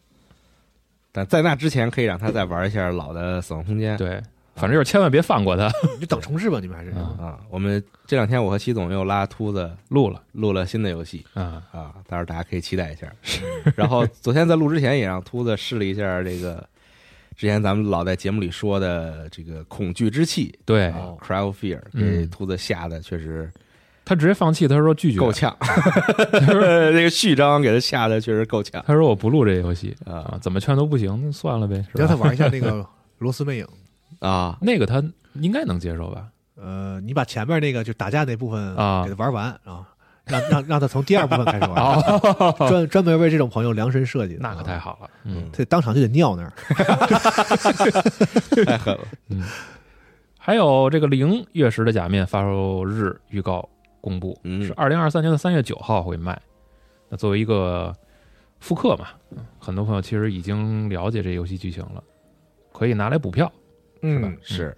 Speaker 3: 但在那之前可以让他再玩一下老的《死亡空间》
Speaker 1: 对，反正就是千万别放过它。
Speaker 5: 你就等重置吧，你们还是
Speaker 1: 啊
Speaker 4: 嗯
Speaker 3: 啊，我们这两天我和西总又拉秃子
Speaker 1: 录了
Speaker 3: 录了新的游戏
Speaker 1: 啊，
Speaker 3: 啊，到时候大家可以期待一下。然后昨天在录之前也让秃子试了一下这个之前咱们老在节目里说的这个恐惧之气
Speaker 1: 对
Speaker 4: 哦
Speaker 3: 啊，Cry of Fear，
Speaker 1: 嗯
Speaker 3: 给秃子吓得确实
Speaker 1: 他直接放弃，他说拒绝，
Speaker 3: 够 呛，那个序章给他吓得确实够呛
Speaker 1: 他说我不录这游戏
Speaker 3: 啊
Speaker 1: 啊，怎么劝都不行，那算了呗，是
Speaker 4: 让他
Speaker 1: 吧？
Speaker 4: 玩一下那 个《螺丝魅影》。
Speaker 3: 啊！
Speaker 1: 那个他应该能接受吧？
Speaker 4: 呃，你把前面那个就打架那部分
Speaker 1: 啊
Speaker 4: 给他玩完啊，让让让他从第二部分开始玩，
Speaker 1: 哦，
Speaker 4: 专专门为这种朋友量身设计的。
Speaker 1: 那可太
Speaker 4: 啊，
Speaker 1: 好了，嗯
Speaker 4: 他当场就得尿那儿。
Speaker 3: 太狠了，
Speaker 1: 嗯。还有这个《零月食的假面》发售日预告公布，
Speaker 3: 嗯
Speaker 1: 是二零二三年的三月九号会卖。那作为一个复刻嘛，很多朋友其实已经了解这游戏剧情了，可以拿来补票。
Speaker 4: 嗯，
Speaker 3: 是。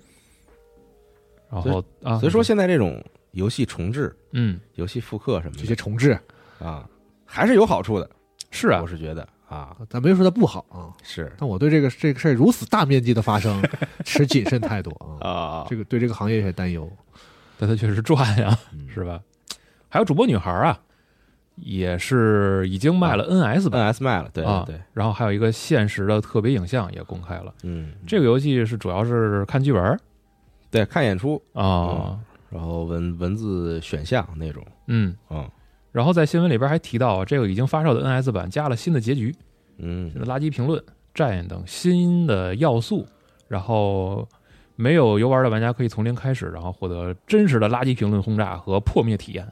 Speaker 1: 然
Speaker 3: 所
Speaker 1: 后啊，
Speaker 3: 所以说现在这种游戏重置、
Speaker 1: 嗯，
Speaker 3: 游戏复刻什么
Speaker 4: 这些
Speaker 3: 的
Speaker 4: 重置，
Speaker 3: 啊，还是有好处的，
Speaker 1: 是啊
Speaker 3: 我，是觉得啊，
Speaker 4: 咱没说它不好啊，
Speaker 3: 是
Speaker 4: 但我对这个这个事儿如此大面积的 发生持谨慎态度啊。
Speaker 3: 啊，
Speaker 4: 这个对这个行业有些担忧，
Speaker 1: 但它确实赚呀，
Speaker 3: 嗯
Speaker 1: 是吧？还有主播女孩啊，也是已经卖了 NS 版
Speaker 3: NS 卖了，啊对
Speaker 1: 啊
Speaker 3: 对对，，
Speaker 1: 然后还有一个限时的特别影像也公开了。
Speaker 3: 嗯，
Speaker 1: 这个游戏是主要是看剧本儿
Speaker 3: 对看演出，
Speaker 1: 啊，
Speaker 3: 然后文文字选项那种，
Speaker 1: 嗯，
Speaker 3: 嗯
Speaker 1: 然后在新闻里边还提到，啊这个已经发售的 NS 版加了新的结局、
Speaker 3: 嗯
Speaker 1: 垃圾评论、战等新的要素，然后没有游玩的玩家可以从零开始，然后获得真实的垃圾评论轰炸和破灭体验。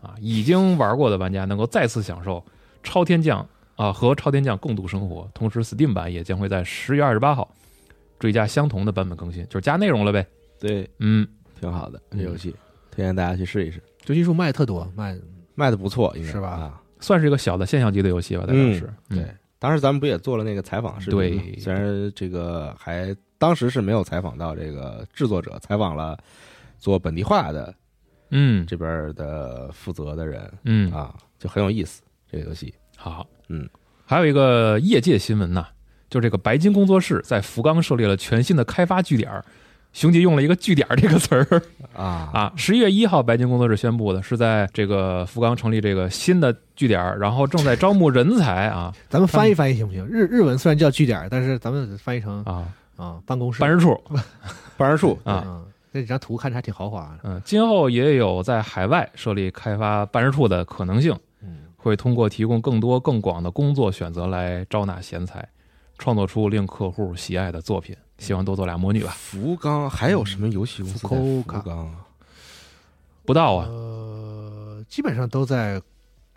Speaker 1: 啊，已经玩过的玩家能够再次享受超天降啊和超天降共度生活。同时，Steam 版也将会在十月二十八号追加相同的版本更新，就是加内容了呗。
Speaker 3: 对，
Speaker 1: 嗯，
Speaker 3: 挺好的这
Speaker 1: 嗯
Speaker 3: 游戏，推荐大家去试一试，
Speaker 4: 就技术卖特多，卖
Speaker 3: 卖的不错，应该
Speaker 4: 是吧
Speaker 3: 啊，
Speaker 1: 算是一个小的现象级的游戏吧，在当
Speaker 3: 嗯
Speaker 1: 时。嗯
Speaker 3: 对，当时咱们不也做了那个采访视频吗，
Speaker 1: 对
Speaker 3: 虽然这个还当时是没有采访到这个制作者，采访了做本地化的
Speaker 1: 嗯
Speaker 3: 这边的负责的人
Speaker 1: 嗯，
Speaker 3: 啊，就很有意思这个游戏，
Speaker 1: 好，
Speaker 3: 嗯，
Speaker 1: 还有一个业界新闻呐、就这个白金工作室在福冈设立了全新的开发据点儿。熊吉用了一个“据点”这个词儿
Speaker 3: 啊
Speaker 1: 啊，十一月一号，白金工作室宣布的是在这个福冈成立这个新的据点儿，然后正在招募人才啊
Speaker 4: 咱们翻译翻译行不行？日日文虽然叫据点，但是咱们翻译成
Speaker 1: 啊，
Speaker 4: 啊办公室
Speaker 1: 办事处
Speaker 3: 办事处
Speaker 1: 啊，
Speaker 4: 嗯那几张图看着还挺豪华的。
Speaker 1: 嗯，今后也有在海外设立开发办事处的可能性，
Speaker 4: 嗯，
Speaker 1: 会通过提供更多更广的工作选择来招纳贤才，创作出令客户喜爱的作品。希望多做俩魔女吧，
Speaker 3: 福冈还有什么游戏公司在福冈啊？
Speaker 1: 不到啊，
Speaker 4: 呃，基本上都在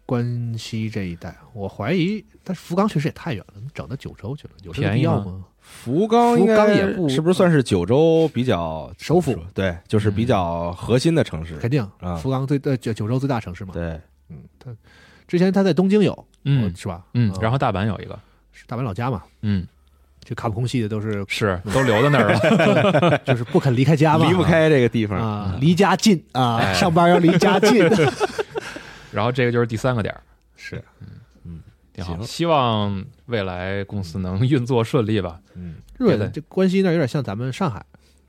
Speaker 4: 关西这一带。我怀疑，但是福冈确实也太远了，你整到九州去了，有这个
Speaker 1: 便宜
Speaker 4: 必要
Speaker 1: 吗
Speaker 4: 吗？
Speaker 3: 福冈应
Speaker 4: 福冈
Speaker 3: 该
Speaker 4: 也不
Speaker 3: 是不是算是九州比较
Speaker 4: 首府？
Speaker 3: 对，就是比较核心的城市。
Speaker 4: 肯定
Speaker 3: 啊，
Speaker 4: 福冈最呃九九州最大城市嘛。
Speaker 3: 对，
Speaker 4: 嗯，他之前他在东京有，
Speaker 1: 嗯
Speaker 4: 哦，是吧？
Speaker 1: 嗯，
Speaker 4: 啊
Speaker 1: 然后大阪有一个，
Speaker 4: 是大阪老家嘛，
Speaker 1: 嗯，
Speaker 4: 就卡普空系的都是
Speaker 1: 是都留在那儿了，
Speaker 4: 就是不肯离 开家嘛，
Speaker 3: 离不开这个地方。
Speaker 1: 嗯
Speaker 4: 啊，离家近
Speaker 1: 哎
Speaker 4: 啊，上班要离家 近。
Speaker 1: 然后这个就是第三个点儿，
Speaker 3: 是，
Speaker 1: 挺好。
Speaker 3: 行
Speaker 1: 希望未来公司能运作顺利吧。
Speaker 4: 嗯，日
Speaker 1: 对
Speaker 4: 本这关西那儿有点像咱们上海，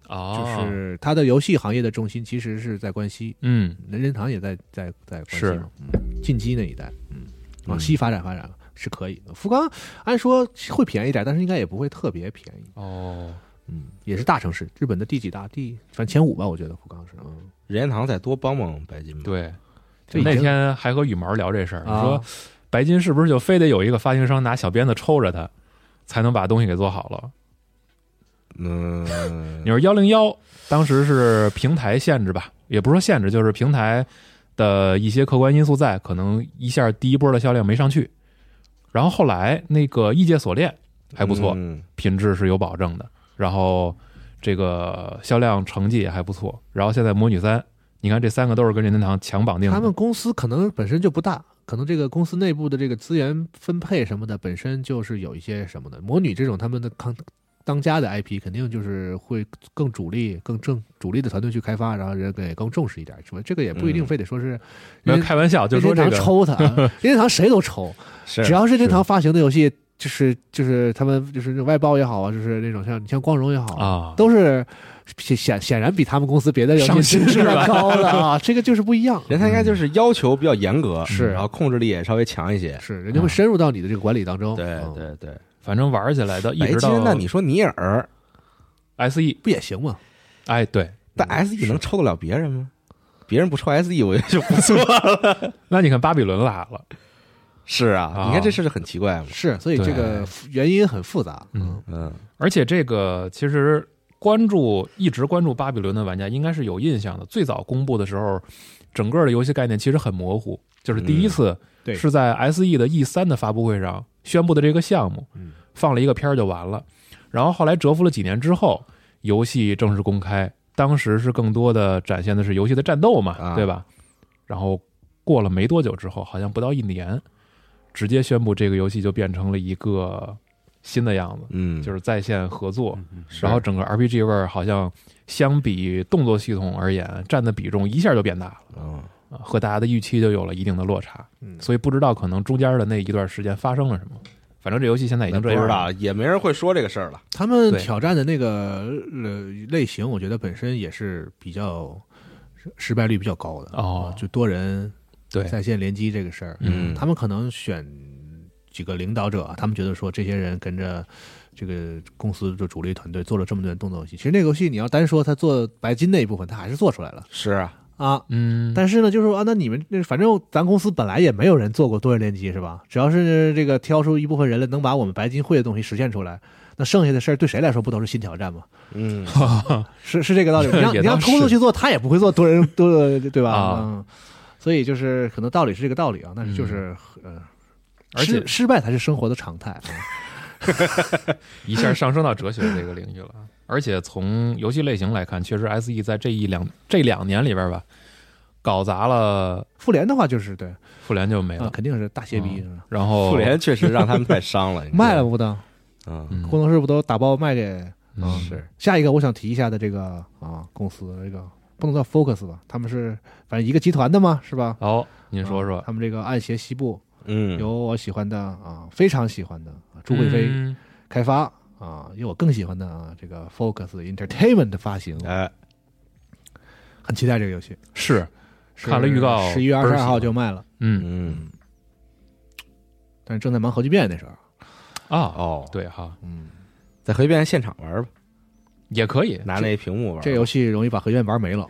Speaker 1: 哦，
Speaker 4: 就是它的游戏行业的重心其实是在关西，
Speaker 1: 嗯，
Speaker 4: 任天堂也在在在关西
Speaker 1: 是
Speaker 4: 嘛，嗯，进击那一带，嗯，往
Speaker 3: 嗯
Speaker 4: 西发展发展是可以的。福冈按说会便宜点，但是应该也不会特别便宜，
Speaker 1: 哦，
Speaker 4: 嗯，也是大城市，日本的第几大第，反正前五吧，我觉得福冈是，嗯，
Speaker 3: 任天堂再多帮帮白金吧。，
Speaker 1: 对，
Speaker 4: 这已
Speaker 1: 那
Speaker 4: 经
Speaker 1: 天还和羽毛聊这事儿，你
Speaker 4: 啊
Speaker 1: 说白金是不是就非得有一个发行商拿小鞭子抽着他，才能把东西给做好了？
Speaker 3: 嗯
Speaker 1: 你，说幺零幺当时是平台限制吧，也不是说限制，就是平台的一些客观因素在，可能一下第一波的销量没上去。然后后来那个异界锁链还不错，
Speaker 3: 嗯
Speaker 1: 品质是有保证的，然后这个销量成绩也还不错。然后现在魔女三，你看这三个都是跟任天堂强绑定的。
Speaker 4: 他们公司可能本身就不大，可能这个公司内部的这个资源分配什么的，本身就是有一些什么的。魔女这种他们的康当家的 IP，肯定就是会更主力、更正主力的团队去开发，然后人给更重视一点。什么这个也不一定
Speaker 3: 嗯
Speaker 4: 非得说是
Speaker 1: 没有
Speaker 4: 任
Speaker 1: 开玩笑，就
Speaker 4: 任
Speaker 1: 说这
Speaker 4: 天
Speaker 1: 个
Speaker 4: 堂抽他，任天堂谁都抽，
Speaker 3: 是
Speaker 4: 只要是任天堂发行的游戏，就是就是他们就是那种外包也好啊，就是那种像你像光荣也好，
Speaker 1: 啊，
Speaker 4: 都是显显显然比他们公司别的游
Speaker 1: 上
Speaker 4: 戏
Speaker 1: 心
Speaker 4: 质
Speaker 1: 是吧
Speaker 4: 量高的啊， 这个就是不一样。
Speaker 3: 人他应该就是要求比较严格，
Speaker 4: 是
Speaker 3: 然后控制力也稍微强一些。
Speaker 4: 是，人家会
Speaker 1: 嗯
Speaker 4: 深入到你的这个管理当中。
Speaker 3: 对
Speaker 4: 嗯，
Speaker 3: 对对，
Speaker 1: 反正玩起来的一
Speaker 3: 白
Speaker 1: 直
Speaker 3: 金
Speaker 1: 到
Speaker 3: 那你说尼尔，
Speaker 1: S E，
Speaker 4: 不也行吗？
Speaker 1: 哎，对，
Speaker 3: 但 S E 能抽得了别人吗？别人不抽 S E，我觉得就不错了。
Speaker 1: 那你看巴比伦拉了，
Speaker 3: 是啊
Speaker 1: 啊，
Speaker 3: 你看这事就很奇怪嘛。
Speaker 4: 是，所以这个复原因很复杂。
Speaker 1: 嗯，
Speaker 3: 嗯，
Speaker 1: 而且这个其实关注一直关注巴比伦的玩家应该是有印象的，最早公布的时候，整个的游戏概念其实很模糊，就是第一次
Speaker 4: 嗯对
Speaker 1: 是在 S E 的 E 三的发布会上宣布的这个项目，
Speaker 4: 嗯
Speaker 1: 放了一个片儿就完了，然后后来蛰伏了几年之后，游戏正式公开，当时是更多的展现的是游戏的战斗嘛，
Speaker 3: 啊
Speaker 1: 对吧？然后过了没多久之后，好像不到一年，直接宣布这个游戏就变成了一个新的样子，
Speaker 3: 嗯，
Speaker 1: 就是是在线合作，
Speaker 3: 是
Speaker 1: 然后整个 RPG 味儿好像相比动作系统而言，占的比重一下就变大了。
Speaker 3: 嗯
Speaker 1: 啊和大家的预期就有了一定的落差，
Speaker 4: 嗯
Speaker 1: 所以不知道可能中间的那一段时间发生了什么。反正这游戏现在已经
Speaker 3: 不
Speaker 1: 这样
Speaker 3: 知
Speaker 1: 了，哦
Speaker 3: 道，也没人会说这个事儿了。
Speaker 4: 他们
Speaker 1: 对
Speaker 4: 挑战的那个呃类型，我觉得本身也是比较失败率比较高的
Speaker 1: 哦
Speaker 4: 就多人
Speaker 1: 对，
Speaker 4: 在线联机这个事儿，
Speaker 1: 嗯
Speaker 4: 他们可能选几个领导者，他们觉得说这些人跟着这个公司的主力团队做了这么多年动作游戏，其实那个游戏你要单说他做白金那一部分，他还是做出来了
Speaker 3: 是啊，
Speaker 4: 啊。
Speaker 1: 嗯，
Speaker 4: 但是呢，就是说啊，那你们那反正咱公司本来也没有人做过多人联机，是吧？只要是这个挑出一部分人来，能把我们白金会的东西实现出来，那剩下的事儿对谁来说不都是新挑战吗？
Speaker 3: 嗯，
Speaker 4: 是是这个道理。
Speaker 1: 也
Speaker 4: 你让你让
Speaker 1: 倒是
Speaker 4: 冲动去做，他也不会做多人多的对吧？
Speaker 1: 啊
Speaker 4: 嗯，所以就是可能道理是这个道理啊，但是就是、
Speaker 1: 嗯
Speaker 4: 呃，
Speaker 1: 而且
Speaker 4: 失失败才是生活的常态。嗯
Speaker 1: 一下上升到哲学这个领域了。啊而且从游戏类型来看，确实 S E 在这一两这两年里边吧，搞砸了
Speaker 4: 复联的话就是对
Speaker 1: 复联就没
Speaker 4: 啊，
Speaker 1: 了，
Speaker 4: 肯定是大斜
Speaker 1: 嗯
Speaker 4: 逼，是吧
Speaker 1: 然后
Speaker 3: 复联确实让他们太伤了，你知道吗
Speaker 4: 卖了不当，
Speaker 3: 嗯，
Speaker 1: 嗯
Speaker 4: 工作室不都打包卖给？
Speaker 1: 嗯
Speaker 3: 是
Speaker 4: 啊下一个我想提一下的这个啊公司这个不能叫 Focus 吧，他们是反正一个集团的嘛，是吧？
Speaker 1: 好，您说说
Speaker 4: 啊他们这个暗邪西部
Speaker 3: 嗯，
Speaker 4: 有我喜欢的啊，非常喜欢的啊朱贵妃。
Speaker 1: 嗯
Speaker 4: 开发啊，有我更喜欢的啊，这个 Focus Entertainment 的发行，
Speaker 3: 哎，
Speaker 4: 很期待这个游戏。
Speaker 1: 是看了预告
Speaker 4: 十一月二
Speaker 1: 倍
Speaker 4: 十
Speaker 1: 儿喜
Speaker 4: 二
Speaker 1: 欢
Speaker 4: 号就卖了，
Speaker 1: 嗯
Speaker 3: 嗯，
Speaker 4: 但是正在忙核聚变那时候，
Speaker 1: 啊，
Speaker 3: 哦，
Speaker 1: 对哈，
Speaker 4: 嗯，
Speaker 3: 在核聚变现场玩吧，
Speaker 1: 也可以
Speaker 3: 拿那屏幕玩吧。
Speaker 4: 这游戏容易把核聚变玩没了。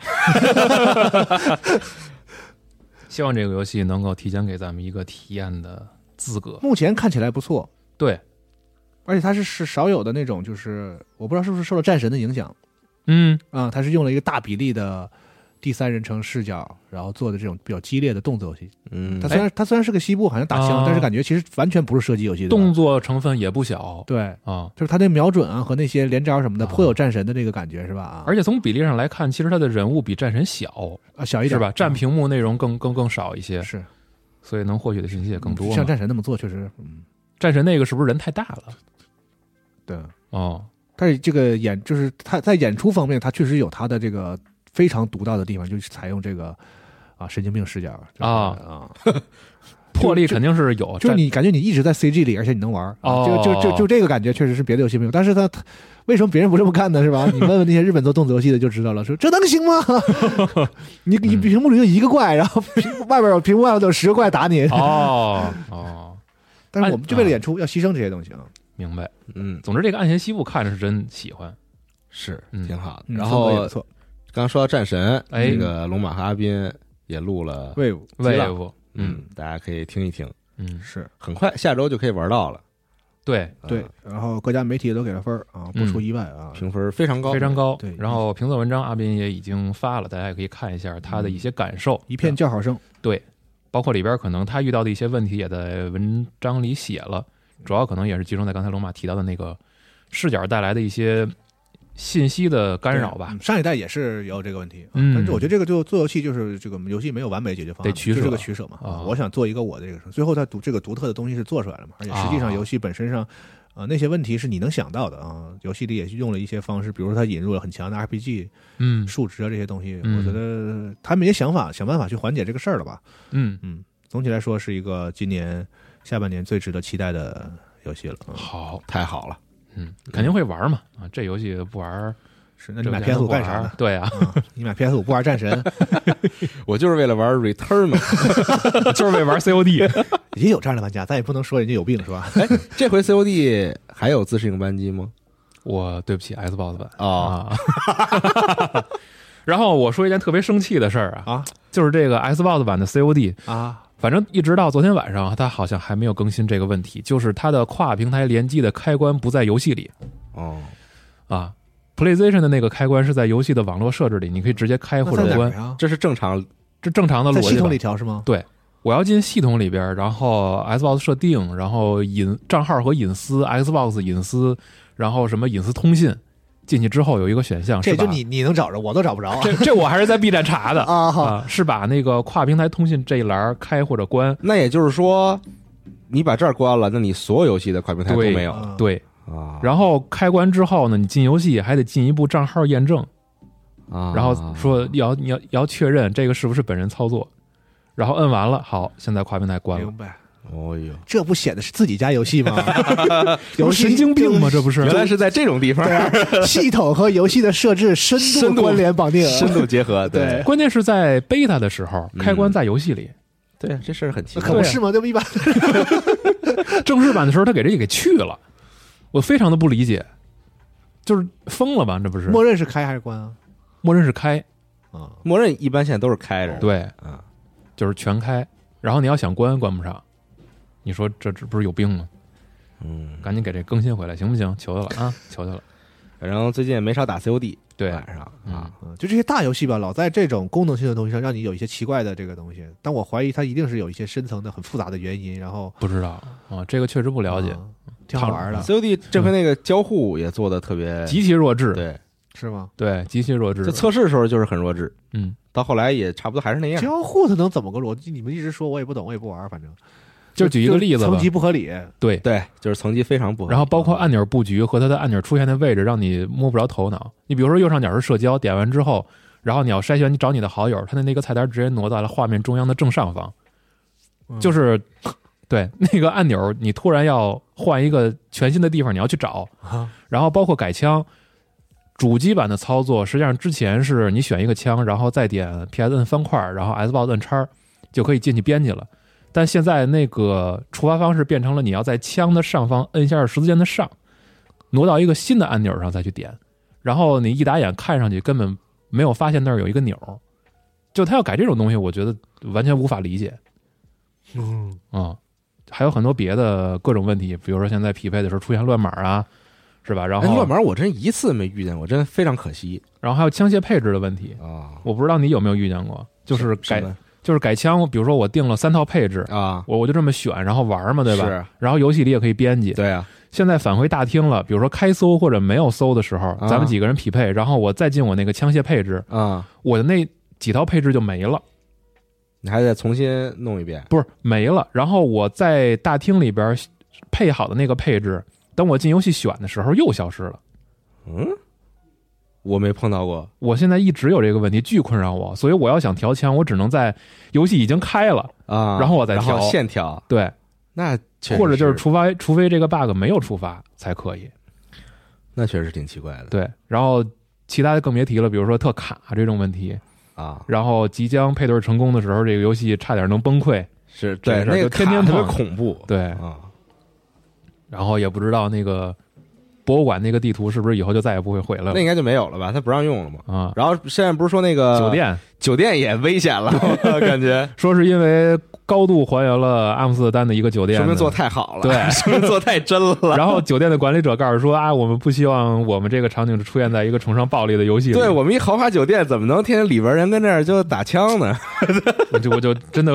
Speaker 1: 希望这个游戏能够提前给咱们一个体验的资格。
Speaker 4: 目前看起来不错，
Speaker 1: 对，
Speaker 4: 而且它是是少有的那种，就是我不知道是不是受了战神的影响
Speaker 1: 嗯
Speaker 4: 啊，它是用了一个大比例的。第三人称视角，然后做的这种比较激烈的动作游戏，
Speaker 3: 嗯，
Speaker 4: 它虽然、它虽然是个西部，好像打枪，
Speaker 1: 哎啊
Speaker 4: 但是感觉其实完全不是射击游戏，对吧
Speaker 1: 动作成分也不小
Speaker 4: 对，
Speaker 1: 啊，
Speaker 4: 就是它那瞄准啊和那些连招什么的，
Speaker 1: 啊
Speaker 4: 颇有战神的那个感觉，是吧？啊，
Speaker 1: 而且从比例上来看，其实它的人物比战神小，
Speaker 4: 啊，小一
Speaker 1: 是
Speaker 4: 点
Speaker 1: 吧？占
Speaker 4: 嗯
Speaker 1: 屏幕内容更更更少一些，
Speaker 4: 是嗯
Speaker 1: 所以能获取的信息也更多嘛。
Speaker 4: 像战神那么做，确实，嗯，
Speaker 1: 战神那个是不是人太大了？
Speaker 4: 对。
Speaker 1: 哦，
Speaker 4: 但是这个演就是他在演出方面，他确实有他的这个非常独到的地方，就是采用这个啊神经病视角就是
Speaker 1: 啊
Speaker 4: 啊，
Speaker 1: 魄力肯定是有，
Speaker 4: 就是
Speaker 1: 哦战
Speaker 4: 你感觉你一直在 CG 里，而且你能玩儿，啊
Speaker 1: 哦
Speaker 4: 就就就就这个感觉确实是别的游戏没有。但是他他为什么别人不这么干呢？是吧？你问问那些日本做动作游戏的就知道了，说这能行吗？ 你你
Speaker 1: 嗯
Speaker 4: 屏幕里就一个怪，然后屏外边有屏幕外边有十个怪打你，
Speaker 1: 哦哦，
Speaker 4: 但是我们就为了演出要牺牲这些东西啊。
Speaker 1: 明白。
Speaker 3: 嗯
Speaker 1: 总之，这个暗邪西部看着是真喜欢。
Speaker 3: 是
Speaker 1: 嗯
Speaker 3: 挺好的。
Speaker 4: 嗯
Speaker 3: 然
Speaker 4: 风格也
Speaker 3: 后
Speaker 4: 不错，
Speaker 3: 刚刚说到战神，
Speaker 1: 哎
Speaker 3: 这个龙马和阿斌也录了，
Speaker 4: 威武
Speaker 3: 知道
Speaker 1: wave，
Speaker 3: 嗯，大家可以听一听，
Speaker 1: 嗯，
Speaker 4: 是
Speaker 3: 很快下周就可以玩到了，
Speaker 1: 对，
Speaker 3: 啊
Speaker 4: 对，，然后各家媒体也都给了分儿啊，不出意外啊，
Speaker 3: 评分非常高，
Speaker 1: 非常高
Speaker 4: 对。
Speaker 1: 然后评测文章阿斌也已经发了，大家也可以看一下他的一些感受，
Speaker 4: 嗯一片叫好声。
Speaker 1: 包括里边可能他遇到的一些问题也在文章里写了，主要可能也是集中在刚才龙马提到的那个视角带来的一些信息的干扰吧
Speaker 4: 嗯。上一代也是有这个问题，啊
Speaker 1: 嗯
Speaker 4: 但是我觉得这个就做游戏就是这个游戏没有完美解决方案嘛，
Speaker 1: 得取舍
Speaker 4: 就是个取舍嘛。
Speaker 1: 啊
Speaker 4: 我想做一个我的这个事，最后它独这个独特的东西是做出来了嘛，而且实际上
Speaker 1: 啊
Speaker 4: 游戏本身上，呃，那些问题是你能想到的啊。游戏里也用了一些方式，比如说它引入了很强的 RPG
Speaker 1: 嗯
Speaker 4: 数值啊这些东西，
Speaker 1: 嗯
Speaker 4: 我觉得他们也想法想办法去缓解这个事儿了吧。
Speaker 1: 嗯，
Speaker 4: 嗯，总体来说是一个今年下半年最值得期待的
Speaker 3: 游戏了，嗯
Speaker 1: 好，
Speaker 3: 太好了。
Speaker 1: 嗯，肯定会玩嘛啊，这游戏不玩儿，
Speaker 4: 是，
Speaker 1: 那
Speaker 4: 那你买 PS 五 干啥呢？？
Speaker 1: 对啊，
Speaker 4: 你买 PS 五不玩战神
Speaker 3: 我就是为了玩 Returnal，
Speaker 1: 就是为玩 COD，
Speaker 4: 也有这样的玩家，咱也不能说人家有病是吧？
Speaker 3: 哎，这回 COD 还有自适应扳机吗？
Speaker 1: 我对不起 Xbox 版
Speaker 3: 啊，
Speaker 4: 哦
Speaker 1: 啊。 然后我说一件特别生气的事儿啊，
Speaker 4: 啊
Speaker 1: 就是这个 Xbox 版的 COD，
Speaker 4: 啊，
Speaker 1: 反正一直到昨天晚上，它好像还没有更新这个问题，就是它的跨平台联机的开关不在游戏里
Speaker 3: 哦，
Speaker 1: 啊。PlayStation 的那个开关是在游戏的网络设置里，你可以直接开或
Speaker 4: 那在
Speaker 1: 者
Speaker 4: 哪儿
Speaker 1: 关，
Speaker 4: 啊？
Speaker 3: 这是正常
Speaker 1: 这正常的
Speaker 4: 在
Speaker 1: 逻
Speaker 4: 系
Speaker 1: 辑吧
Speaker 4: 统里。调是吗？
Speaker 1: 我要进系统里边儿，然后 Xbox 设定，然后隐账号和隐私，Xbox 隐私，然后什么隐私通信，进去之后有一个选项
Speaker 4: 这
Speaker 1: 是
Speaker 4: 就
Speaker 1: 吧？
Speaker 4: 你你能找着，我都找不着 啊
Speaker 1: 这这我还是在 B 站查 的
Speaker 4: 啊！好，
Speaker 1: 啊，是把那个跨平台通信这一栏儿开或者关。
Speaker 3: 那也就是说，你把这儿关了，那你所有游戏的跨平台都
Speaker 1: 对
Speaker 3: 没有
Speaker 4: 嗯
Speaker 1: 对，
Speaker 3: 啊。
Speaker 1: 然后开关之后呢，你进游戏还得进一步账号验证，
Speaker 3: 啊
Speaker 1: 然后说要你要你要确认这个是不是本人操作，然后摁完了，好，现在跨平台关了
Speaker 4: 明。白，
Speaker 3: 哦呦，
Speaker 4: 这不显得是自己家游戏 吗？
Speaker 1: 这
Speaker 4: 游
Speaker 1: 不
Speaker 4: 戏
Speaker 1: 神经病吗？这不是？
Speaker 3: 原来是在这种地方
Speaker 4: 对啊，系统和游戏的设置深
Speaker 3: 深
Speaker 4: 度
Speaker 3: 度
Speaker 4: 关联绑定，
Speaker 3: 深度结合，
Speaker 4: 对
Speaker 1: 关键是在 beta 的时候，
Speaker 3: 嗯
Speaker 1: 开关在游戏里，
Speaker 3: 对，这事儿很奇
Speaker 4: 那
Speaker 3: 怪
Speaker 4: 可。不啊是吗？这不一般
Speaker 1: 正式版的时候他给这给去了，我非常的不理解，就是疯了吧？这不是
Speaker 4: 默认是开还是关啊？
Speaker 1: 默认是开，
Speaker 4: 啊，
Speaker 3: 默认一般现在都是开着的，
Speaker 1: 对，
Speaker 3: 啊，
Speaker 1: 就是全开，然后你要想关关不上，你说这这不是有病吗？
Speaker 3: 嗯，
Speaker 1: 赶紧给这更新回来行不行？求求了啊，求求了！
Speaker 3: 反正最近也没少打 COD，
Speaker 1: 对，
Speaker 3: 晚上啊，
Speaker 4: 嗯就这些大游戏吧，老在这种功能性的东西上让你有一些奇怪的这个东西，但我怀疑它一定是有一些深层的很复杂的原因，然后
Speaker 1: 不知道啊，这个确实不了解，
Speaker 4: 啊挺好玩的，
Speaker 3: COD 这回那个交互也做的特别，
Speaker 1: 极其弱智，
Speaker 3: 对，
Speaker 4: 是吗？
Speaker 1: 对，极其弱智
Speaker 3: 就。测试的时候就是很弱智，
Speaker 1: 嗯，
Speaker 3: 到后来也差不多还是那样。
Speaker 4: 交互它能怎么个逻辑？你们一直说我也不懂，我也不玩，反正
Speaker 1: 就举一个例子
Speaker 4: 层
Speaker 1: 吧
Speaker 4: 级，不合理，
Speaker 1: 对，
Speaker 3: 对，就是层级非常不合理。
Speaker 1: 然后包括按钮布局和它的按钮出现的位置，让你摸不着头脑。你比如说右上角是社交，点完之后，然后你要筛选你找你的好友，它的那个菜单直接挪到了画面中央的正上方，
Speaker 4: 嗯
Speaker 1: 就是对那个按钮，你突然要换一个全新的地方，你要去找
Speaker 4: 啊。
Speaker 1: 然后包括改枪，主机版的操作实际上之前是你选一个枪，然后再点 PS 摁方块，然后 Xbox 摁叉就可以进去编辑了。但现在那个触发方式变成了你要在枪的上方摁一下十字键的上，挪到一个新的按钮上再去点，然后你一打眼看上去根本没有发现那儿有一个钮儿，就他要改这种东西，我觉得完全无法理解。
Speaker 4: 嗯，
Speaker 1: 嗯，还有很多别的各种问题，比如说现在匹配的时候出现乱码啊，是吧？然
Speaker 3: 哎
Speaker 1: 后
Speaker 3: 乱码，我真一次没遇见过，真的非常可惜
Speaker 1: 然后还有枪械配置的问题，
Speaker 3: 啊。
Speaker 1: 我不知道你有没有遇见过，哦就是改就是改枪，比如说我定了三套配置，
Speaker 3: 啊，
Speaker 1: 我我就这么选，然后玩嘛，对吧？
Speaker 3: 是
Speaker 1: 然后游戏里也可以编辑。
Speaker 3: 对啊，
Speaker 1: 现在返回大厅了，比如说开搜或者没有搜的时候，
Speaker 3: 啊
Speaker 1: 咱们几个人匹配，然后我再进我那个枪械配置，
Speaker 3: 啊，
Speaker 1: 我的那几套配置就没了，
Speaker 3: 你还得重新弄一遍
Speaker 1: 不是没了。然后我在大厅里边配好的那个配置，等我进游戏选的时候又消失了。
Speaker 3: 我没碰到过，
Speaker 1: 我现在一直有这个问题，巨困扰我，所以我要想调枪，我只能在游戏已经开了，
Speaker 3: 啊，
Speaker 1: 然后我再调
Speaker 3: 然后线调，
Speaker 1: 对，
Speaker 3: 那确实
Speaker 1: 或者就是是除非除非这个 bug 没有触发才可以，
Speaker 3: 那确实挺奇怪的，
Speaker 1: 对。然后其他的更别提了，比如说特卡这种问题，
Speaker 3: 啊，
Speaker 1: 然后即将配对成功的时候，这个游戏差点能崩溃，
Speaker 3: 是
Speaker 1: 这
Speaker 3: 对
Speaker 1: 事儿
Speaker 3: 那
Speaker 1: 就
Speaker 3: 个
Speaker 1: 天天
Speaker 3: 卡特别
Speaker 1: 碰
Speaker 3: 恐怖，
Speaker 1: 对。
Speaker 3: 啊，
Speaker 1: 然后也不知道那个博物馆那个地图是不是以后就再也不会回来
Speaker 3: 那呃
Speaker 1: 了
Speaker 3: 应该就没有了吧？他不让用了嘛。
Speaker 1: 啊？
Speaker 3: 然后现在不是说那个
Speaker 1: 酒店
Speaker 3: 酒店也危险 了，感觉
Speaker 1: 说是因为高度还原了阿姆斯特丹的一个酒店
Speaker 3: 说
Speaker 1: 的，
Speaker 3: 明做太好了，
Speaker 1: 对
Speaker 3: 说明做太真 了。
Speaker 1: 然后酒店的管理者告诉说啊，我们不希望我们这个场景出现在一个崇尚暴力的游戏里。
Speaker 3: 对我们一豪华酒店，怎么能天天里边人跟那儿就打枪呢？
Speaker 1: 我就我就真的，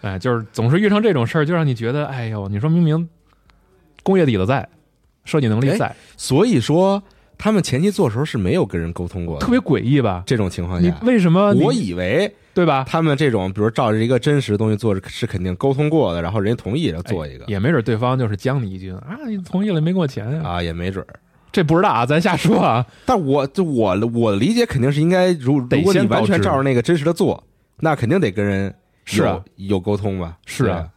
Speaker 1: 哎，就是总是遇上这种事儿，就让你觉得，哎呦，你说明明工业底子在，设计能
Speaker 3: 哎
Speaker 1: 力在，
Speaker 3: 所以说，他们前期做的时候是没有跟人沟通过的，
Speaker 1: 特别诡异吧？
Speaker 3: 这种情况
Speaker 1: 你
Speaker 3: 下，
Speaker 1: 为什么你
Speaker 3: 我以为
Speaker 1: 对吧？
Speaker 3: 他们这种，比如照着一个真实的东西做，是是肯定沟通过的，然后人家同意了做一个
Speaker 1: 哎也没准对方就是将你一军啊，你同意了没给我钱呀、
Speaker 3: 哎啊，也没准儿。
Speaker 1: 这不知道啊，咱瞎说啊。
Speaker 3: 但我就我我理解肯定是应该，如
Speaker 1: 得
Speaker 3: 如果你
Speaker 1: 先告
Speaker 3: 完全
Speaker 1: 知
Speaker 3: 照着那个真实的做，那肯定得跟人
Speaker 1: 是啊
Speaker 3: 有有沟通吧？
Speaker 1: 是啊
Speaker 3: 对吧，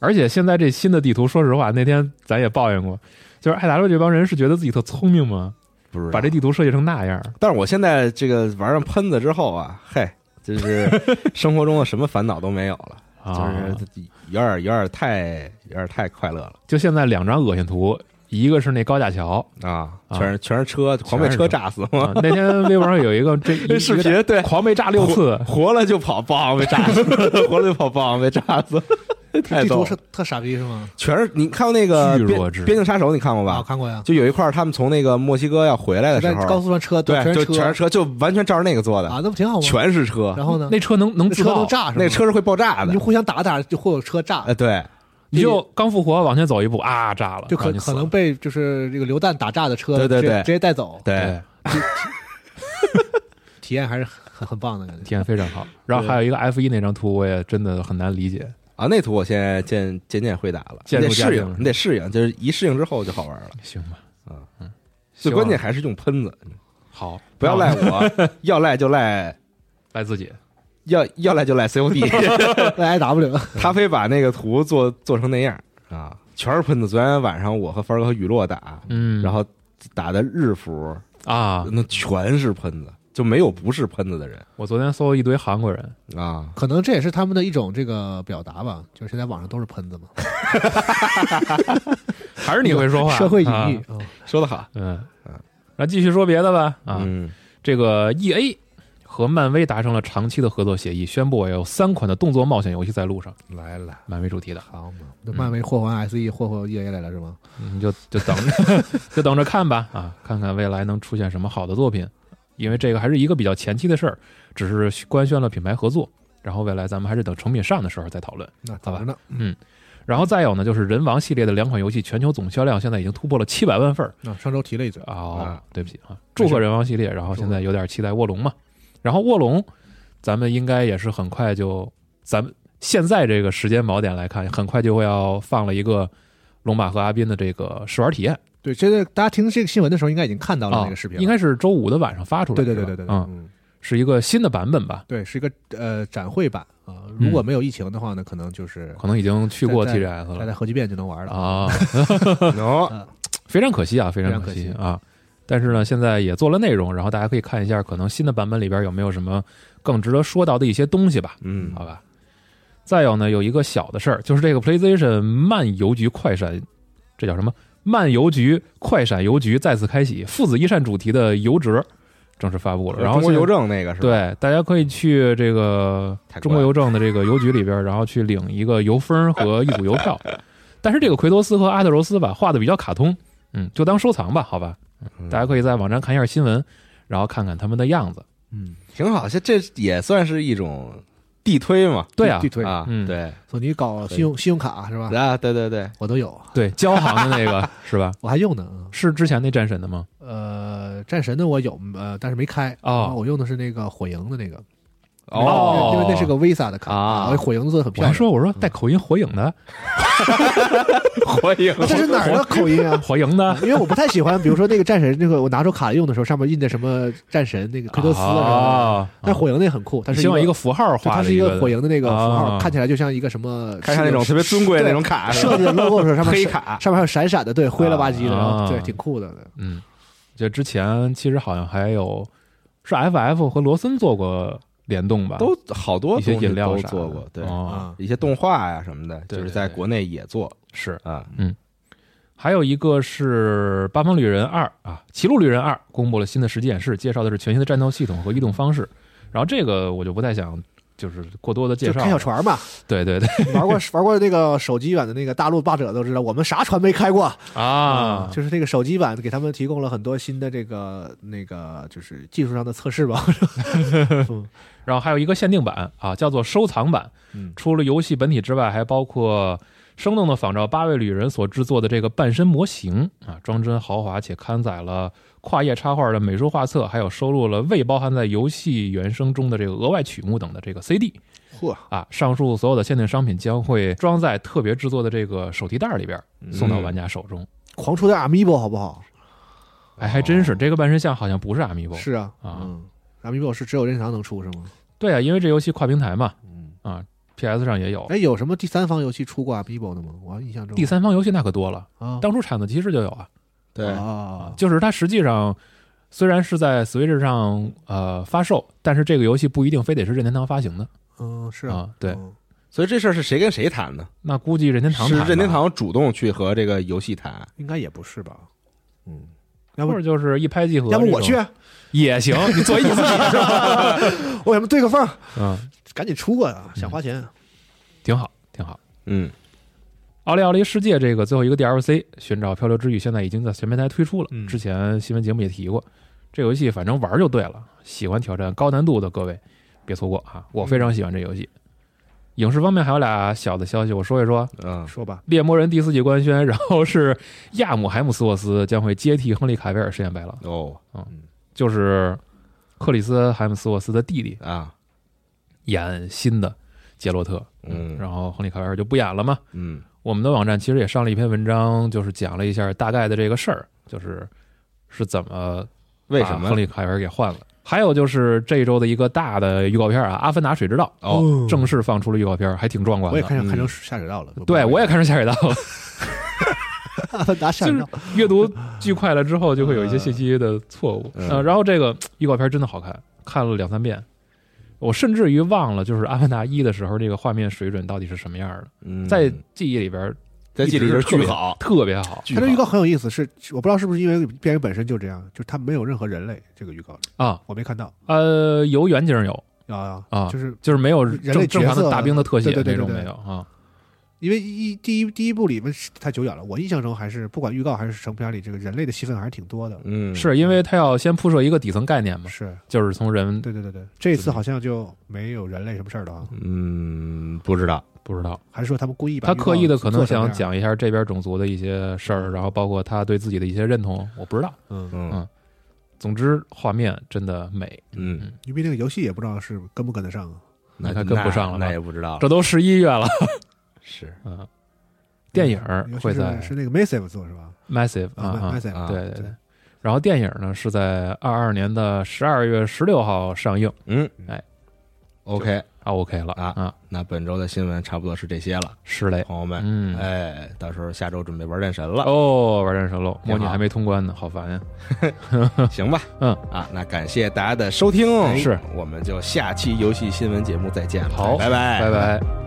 Speaker 1: 而且现在这新的地图，说实话，那天咱也抱怨过，就是艾达瑞这帮人是觉得自己特聪明吗？
Speaker 3: 不是
Speaker 1: 把这地图设计成那样，
Speaker 3: 但是我现在这个玩上喷子之后啊， 嘿，就是生活中的什么烦恼都没有 了，
Speaker 1: 啊
Speaker 3: 就是有点有点太有点太快乐了
Speaker 1: 就现在两张恶心图，一个是那高架桥，
Speaker 3: 啊！
Speaker 1: 啊
Speaker 3: 全是全是车，狂被车炸死
Speaker 1: 啊
Speaker 3: 嘛。
Speaker 1: 那天微博上有一个 这一
Speaker 3: 视频对
Speaker 1: 狂被炸六次，
Speaker 4: 啊
Speaker 3: 活了就跑，梆被 炸死；活了就跑，梆被炸死。太
Speaker 4: 地
Speaker 3: 逗
Speaker 4: 图
Speaker 3: 了
Speaker 4: 是特傻逼是吗？
Speaker 3: 全是你看过那个
Speaker 1: 巨
Speaker 3: 边
Speaker 1: 弱智
Speaker 3: 边境杀手》，你看过
Speaker 4: 啊，我
Speaker 3: 吧？
Speaker 4: 看过呀，
Speaker 3: 就有一块儿他们从那个墨西哥要回来的时
Speaker 4: 在高
Speaker 3: 候，
Speaker 4: 速上车
Speaker 3: 对，
Speaker 4: 全
Speaker 3: 就
Speaker 4: 车
Speaker 3: 全是车，就完全照着那个做的，
Speaker 4: 啊，那不挺好吗？
Speaker 3: 全是车，
Speaker 4: 然后呢，
Speaker 1: 那车能能
Speaker 4: 那
Speaker 1: 自
Speaker 4: 车
Speaker 1: 爆
Speaker 4: 都，炸是吗？
Speaker 3: 那车是会爆炸
Speaker 4: 你
Speaker 3: 的
Speaker 4: 就。互相打打，就会有车炸
Speaker 3: 呃，，对，
Speaker 1: 你就刚复活往前走一步啊，炸了，
Speaker 4: 就可
Speaker 1: 然后你死
Speaker 4: 可
Speaker 1: 了
Speaker 4: 能被就是这个榴弹打炸的车，
Speaker 3: 对对
Speaker 4: 直接
Speaker 3: 对
Speaker 4: 直接带走，
Speaker 3: 对，
Speaker 4: 体验还是很很棒的感觉。
Speaker 1: 体验非常好。然后还有一个 F 一那张图，我也真的很难理解。
Speaker 3: 啊，那图我现在渐渐渐会打了，
Speaker 1: 渐
Speaker 3: 你
Speaker 1: 入
Speaker 3: 得
Speaker 1: 佳
Speaker 3: 适
Speaker 1: 境
Speaker 3: 应，你得适应，就是一适应之后就好玩了。
Speaker 1: 行吧，
Speaker 3: 最
Speaker 1: 希望啊
Speaker 3: 关键还是用喷子，
Speaker 1: 好，
Speaker 3: 不要赖我，要赖就赖，
Speaker 1: 赖自己。
Speaker 3: 要要赖就赖 COD。
Speaker 4: I W
Speaker 3: 他非把那个图做做成那样啊，全是喷子。昨天晚上我和帆儿哥和雨落打，
Speaker 1: 嗯，
Speaker 3: 然后打的日服，
Speaker 1: 啊，
Speaker 3: 那全是喷子，就没有不是喷子的人
Speaker 1: 我昨天搜了一堆韩国人，
Speaker 3: 啊。
Speaker 4: 可能这也是他们的一种这个表达吧，就是现在网上都是喷子嘛，
Speaker 1: 还是你会说话，
Speaker 4: 社会隐
Speaker 1: 啊
Speaker 4: 喻。啊
Speaker 3: 说的好，
Speaker 1: 嗯，那继续说别的吧。啊，
Speaker 3: 嗯
Speaker 1: 这个 E A 和漫威达成了长期的合作协议，宣布有三款的动作冒险游戏在路上，
Speaker 4: 来了，
Speaker 1: 漫威主题的，
Speaker 4: 好嘛，那漫威霍霍 S E 霍霍 E A 来了是吗？
Speaker 1: 你嗯就就等着 就等着看吧啊，看看未来能出现什么好的作品，因为这个还是一个比较前期的事儿，只是官宣了品牌合作，然后未来咱们还是等成品上的时候再讨论。
Speaker 4: 那早着呢，
Speaker 1: 然后再有呢，就是人王系列的两款游戏全球总销量现在已经突破了七百万份儿
Speaker 4: 那上周提了一嘴，
Speaker 1: 哦
Speaker 3: 啊，
Speaker 1: 对不起啊，祝贺人王系列，然后现在有点期待卧龙嘛。然后卧龙，咱们应该也是很快就，咱们现在这个时间锚点来看，很快就会要放了一个龙马和阿斌的这个试玩体验
Speaker 4: 对，现在大家听这个新闻的时候应该已经看到了
Speaker 1: 啊
Speaker 4: 那个视频了，
Speaker 1: 应该是周五的晚上发出来的，
Speaker 4: 对对对
Speaker 1: 是吧
Speaker 4: 对对，对
Speaker 1: 嗯，
Speaker 4: 嗯，
Speaker 1: 是一个新的版本吧，
Speaker 4: 对，是一个呃展会版啊，
Speaker 1: 嗯
Speaker 4: 如果没有疫情的话呢，可能就是
Speaker 1: 可能已经去过
Speaker 4: 在在
Speaker 1: TGS
Speaker 4: 大
Speaker 1: 了
Speaker 4: 家核聚变就能玩了。
Speaker 1: 啊，
Speaker 3: ，no，
Speaker 1: 非常可惜 啊，非
Speaker 4: 常
Speaker 1: 常可
Speaker 4: 可
Speaker 1: 惜
Speaker 4: 惜
Speaker 1: 啊。但是呢，现在也做了内容，然后大家可以看一下，可能新的版本里边有没有什么更值得说到的一些东西吧，
Speaker 3: 嗯
Speaker 1: 好吧。再有呢，有一个小的事儿，就是这个 PlayStation 漫游局快闪，这叫什么？漫游局快闪邮局再次开启，父子一扇主题的邮折正式发布
Speaker 4: 呃
Speaker 1: 了。然后
Speaker 3: 中国
Speaker 1: 现在
Speaker 3: 邮政那个是吧？
Speaker 1: 对，大家可以去这个
Speaker 3: 太贵了
Speaker 1: 中国邮政的这个邮局里边，然后去领一个邮封和一组邮 票。但是这个奎托斯和阿特柔斯吧，画的比较卡通，嗯，就当收藏吧，好吧。
Speaker 3: 嗯
Speaker 1: 大家可以在网站看一下新闻，然后看看他们的样子。
Speaker 4: 嗯，
Speaker 3: 挺好，这这也算是一种地推嘛。
Speaker 1: 对啊
Speaker 4: 地，推
Speaker 3: 啊，
Speaker 1: 嗯
Speaker 3: 对，
Speaker 4: 索尼搞信用信用卡是吧？
Speaker 3: 啊，对对对，
Speaker 4: 我都有，
Speaker 1: 对，交行的那 个是吧？
Speaker 4: 我还用呢。嗯
Speaker 1: 是之前那战神的吗？
Speaker 4: 呃，战神的我有，呃，但是没开
Speaker 1: 哦
Speaker 4: 然后我用的是那个火影的那个，
Speaker 1: 哦
Speaker 4: 因为因为那是个 Visa 的卡
Speaker 3: 啊
Speaker 4: 火影做的很
Speaker 1: 我
Speaker 4: 漂
Speaker 1: 还
Speaker 4: 亮。
Speaker 1: 说我说带口音火影的，
Speaker 3: 火影
Speaker 4: 啊这是哪儿的口音啊？
Speaker 1: 火影的
Speaker 4: 因为我不太喜欢，比如说那个战神，那个我拿出卡用的时候，上面印的什么战神那个奎托斯啊什么的，
Speaker 1: 啊，
Speaker 4: 但是火影那很酷，它是
Speaker 1: 希望
Speaker 4: 一
Speaker 1: 一个符号
Speaker 4: 对
Speaker 1: 画
Speaker 4: 它
Speaker 1: 的
Speaker 4: 是一个火影的那个符
Speaker 1: 啊
Speaker 4: 号，看起来就像一个什么，
Speaker 3: 开上那种特别尊贵的那种卡，是吧
Speaker 4: 设计的 logo 的时候，上面
Speaker 3: 黑
Speaker 4: 闪
Speaker 3: 卡
Speaker 4: 上面还有闪闪的，对，灰了吧唧的，
Speaker 1: 啊
Speaker 4: 然后对，挺酷的。
Speaker 1: 嗯，就之前其实好像还有是 FF 和罗森做过联动吧，
Speaker 3: 都好多
Speaker 1: 一些
Speaker 3: 东西
Speaker 1: 饮料
Speaker 3: 都
Speaker 1: 啥的
Speaker 3: 做过，对，嗯
Speaker 1: 哦、
Speaker 4: 啊，
Speaker 3: 一些动画呀什么的，
Speaker 1: 对
Speaker 3: 就是
Speaker 1: 对
Speaker 3: 在
Speaker 1: 对
Speaker 3: 国内也做
Speaker 1: 是。
Speaker 3: 啊。
Speaker 1: 还有一个是《八方旅人二》啊，《骑路旅人二》公布了新的实际演示，介绍的是全新的战斗系统和移动方式。然后这个我就不太想就是过多的介
Speaker 4: 就
Speaker 1: 绍
Speaker 4: 开小
Speaker 1: 了，
Speaker 4: 船嘛，
Speaker 1: 对 对对
Speaker 4: 玩过玩过那个手机版的那个大陆霸者都知道，我们啥船没开过嗯
Speaker 1: 啊，
Speaker 4: 就是那个手机版给他们提供了很多新的这个那个就是技术上的测试吧。
Speaker 1: 然后还有一个限定版啊，叫做收藏版
Speaker 4: 嗯，
Speaker 1: 除了游戏本体之外，还包括生动的仿照八位旅人所制作的这个半身模型啊，装帧豪华且刊载了跨页插画的美术画册，还有收录了未包含在游戏原声中的这个额外曲目等的这个 CD
Speaker 4: 嚯，
Speaker 1: 啊。上述所有的限定商品将会装在特别制作的这个手提袋里边，
Speaker 3: 嗯
Speaker 1: 送到玩家手
Speaker 4: 嗯
Speaker 1: 中。
Speaker 4: 狂出点 Amiibo 好不好？
Speaker 1: 哎，还真是这个半身像好像不是 Amiibo，
Speaker 4: 是啊，
Speaker 1: 啊
Speaker 4: 嗯，Amiibo 是只有任天堂能出是吗？
Speaker 1: 对啊，因为这游戏跨平台嘛，
Speaker 4: 嗯
Speaker 1: 啊， PS 上也有。
Speaker 4: 哎，有什么第三方游戏出过 Amiibo 的吗？我印象中
Speaker 1: 第三方游戏那可多了，
Speaker 4: 啊，
Speaker 1: 当初《铲子骑士》就有啊。
Speaker 3: 对，
Speaker 4: 啊，
Speaker 1: 就是它实际上虽然是在 Switch 上呃发售，但是这个游戏不一定非得是任天堂发行的
Speaker 4: 嗯，是啊，
Speaker 1: 啊。对，
Speaker 4: 嗯
Speaker 3: 所以这事儿是谁跟谁谈的？
Speaker 1: 那估计任天堂
Speaker 3: 是
Speaker 1: 谈吧
Speaker 3: 任天，堂主动去和这个游戏谈，
Speaker 4: 应该也不是吧？嗯，要
Speaker 1: 要
Speaker 4: 不
Speaker 1: 不就是一拍即合。
Speaker 4: 要不我去，啊哎
Speaker 1: 也行，你 做一你自己是吧？
Speaker 4: 我要不对个缝儿，
Speaker 1: 嗯，
Speaker 4: 赶紧出过呀，想花钱。
Speaker 1: 挺好，挺好。
Speaker 3: 嗯，
Speaker 1: 奥利奥利世界这个最后一个 DLC《寻找漂流之域》现在已经在全平台推出了，
Speaker 4: 嗯
Speaker 1: 之前新闻节目也提过，这游戏反正玩儿就对了，喜欢挑战高难度的各位别错过啊！我非常喜欢这游戏。影视方面还有俩小的消息，我说一说，《
Speaker 3: 啊，
Speaker 4: 说吧，
Speaker 1: 猎魔人》第四季官宣，然后是亚姆·海姆斯沃斯将会接替亨利·卡维尔饰演白狼，
Speaker 3: 哦
Speaker 1: 就是克里斯·海姆斯沃斯的弟弟
Speaker 3: 啊，
Speaker 1: 演新的杰洛特，
Speaker 3: 嗯
Speaker 1: 然后亨利·卡维尔就不演了嘛。
Speaker 3: 嗯
Speaker 1: 我们的网站其实也上了一篇文章，就是讲了一下大概的这个事儿，就是是怎么
Speaker 3: 为什
Speaker 1: 把
Speaker 3: 么
Speaker 1: 啊亨？利凯尔给换了。还有就是这一周的一个大的预告片啊，《阿凡达：水之道》
Speaker 3: 哦，
Speaker 1: 正式放出了预告片，还挺壮观
Speaker 4: 我也
Speaker 1: 的。
Speaker 4: 看上
Speaker 3: 嗯
Speaker 4: 看成下水道了。
Speaker 1: 对，我也开始下水道了。
Speaker 4: 阿凡达下水道，
Speaker 1: 阅读巨快了之后，就会有一些信息的错误。
Speaker 3: 嗯
Speaker 1: 呃，然后这个预告片真的好看，看了两三遍，我甚至于忘了就是《阿凡达一》的时候这个画面水准到底是什么样的，
Speaker 3: 嗯
Speaker 1: 在记忆里边
Speaker 3: 在记里就是
Speaker 1: 特
Speaker 3: 巨
Speaker 1: 别
Speaker 3: 好，
Speaker 1: 特别好
Speaker 4: 它这预告很有意思，是我不知道是不是因为电影本身就这样，就是它没有任何人类这个预告，
Speaker 1: 啊。
Speaker 4: 我没看到
Speaker 1: 呃，有远景有，
Speaker 4: 啊
Speaker 1: 啊
Speaker 4: 就是
Speaker 1: 就是没有
Speaker 4: 人
Speaker 1: 正
Speaker 4: 类角
Speaker 1: 正常的
Speaker 4: 色
Speaker 1: 大兵的特写
Speaker 4: 对对对
Speaker 1: 那种
Speaker 4: 对对
Speaker 1: 没有啊。
Speaker 4: 因为一第一第一部里面是太久远了，我印象中还是不管预告还是成片里，这个人类的戏份还是挺多的。
Speaker 3: 嗯，
Speaker 1: 是因为他要先铺设一个底层概念嘛，
Speaker 4: 是，
Speaker 1: 就是从人
Speaker 4: 对对对对，这次好像就没有人类什么事儿了啊，
Speaker 3: 嗯，不知道，
Speaker 1: 不知道，
Speaker 4: 还是说他们故意把
Speaker 1: 他刻意的可能
Speaker 4: 预告做成
Speaker 1: 想
Speaker 4: 这样，
Speaker 1: 讲一下这边种族的一些事儿，然后包括他对自己的一些认同，我不知道。
Speaker 4: 嗯，
Speaker 3: 嗯
Speaker 1: 嗯总之，画面真的美，
Speaker 3: 嗯，
Speaker 4: 因为那个游戏也不知道是跟不跟得上啊。
Speaker 1: 那
Speaker 3: 那
Speaker 1: 他跟不上了吧
Speaker 3: 那也不知道了
Speaker 1: 这都十一月了，
Speaker 3: 是
Speaker 1: 啊嗯，电影
Speaker 4: 嗯尤其
Speaker 1: 会
Speaker 4: 是
Speaker 1: 在
Speaker 4: 是那个 Massive 做是吧？
Speaker 1: Massive 啊
Speaker 4: 啊
Speaker 1: 啊，
Speaker 4: ，Massive
Speaker 3: 啊
Speaker 1: 对对
Speaker 4: 对
Speaker 1: 对。然后电影呢是在二二年的十二月十六号上映
Speaker 3: 嗯，
Speaker 1: 哎
Speaker 3: ，OK，
Speaker 1: 啊，OK 了
Speaker 3: 啊
Speaker 1: 啊，
Speaker 3: 那本周的新闻差不多是这些了，
Speaker 1: 是嘞，
Speaker 3: 朋友们，
Speaker 1: 嗯，
Speaker 3: 哎，到时候下周准备玩战神了，
Speaker 1: 哦，玩战神喽，
Speaker 3: 挺
Speaker 1: 模
Speaker 3: 好
Speaker 1: 拟还没通关呢，好烦呀！
Speaker 3: 行吧，
Speaker 1: 嗯哎
Speaker 3: 啊，那感谢大家的收听，
Speaker 1: 是，
Speaker 3: 我们就下期游戏新闻节目再见了，
Speaker 1: 好
Speaker 3: 拜拜，
Speaker 1: 哎拜。拜。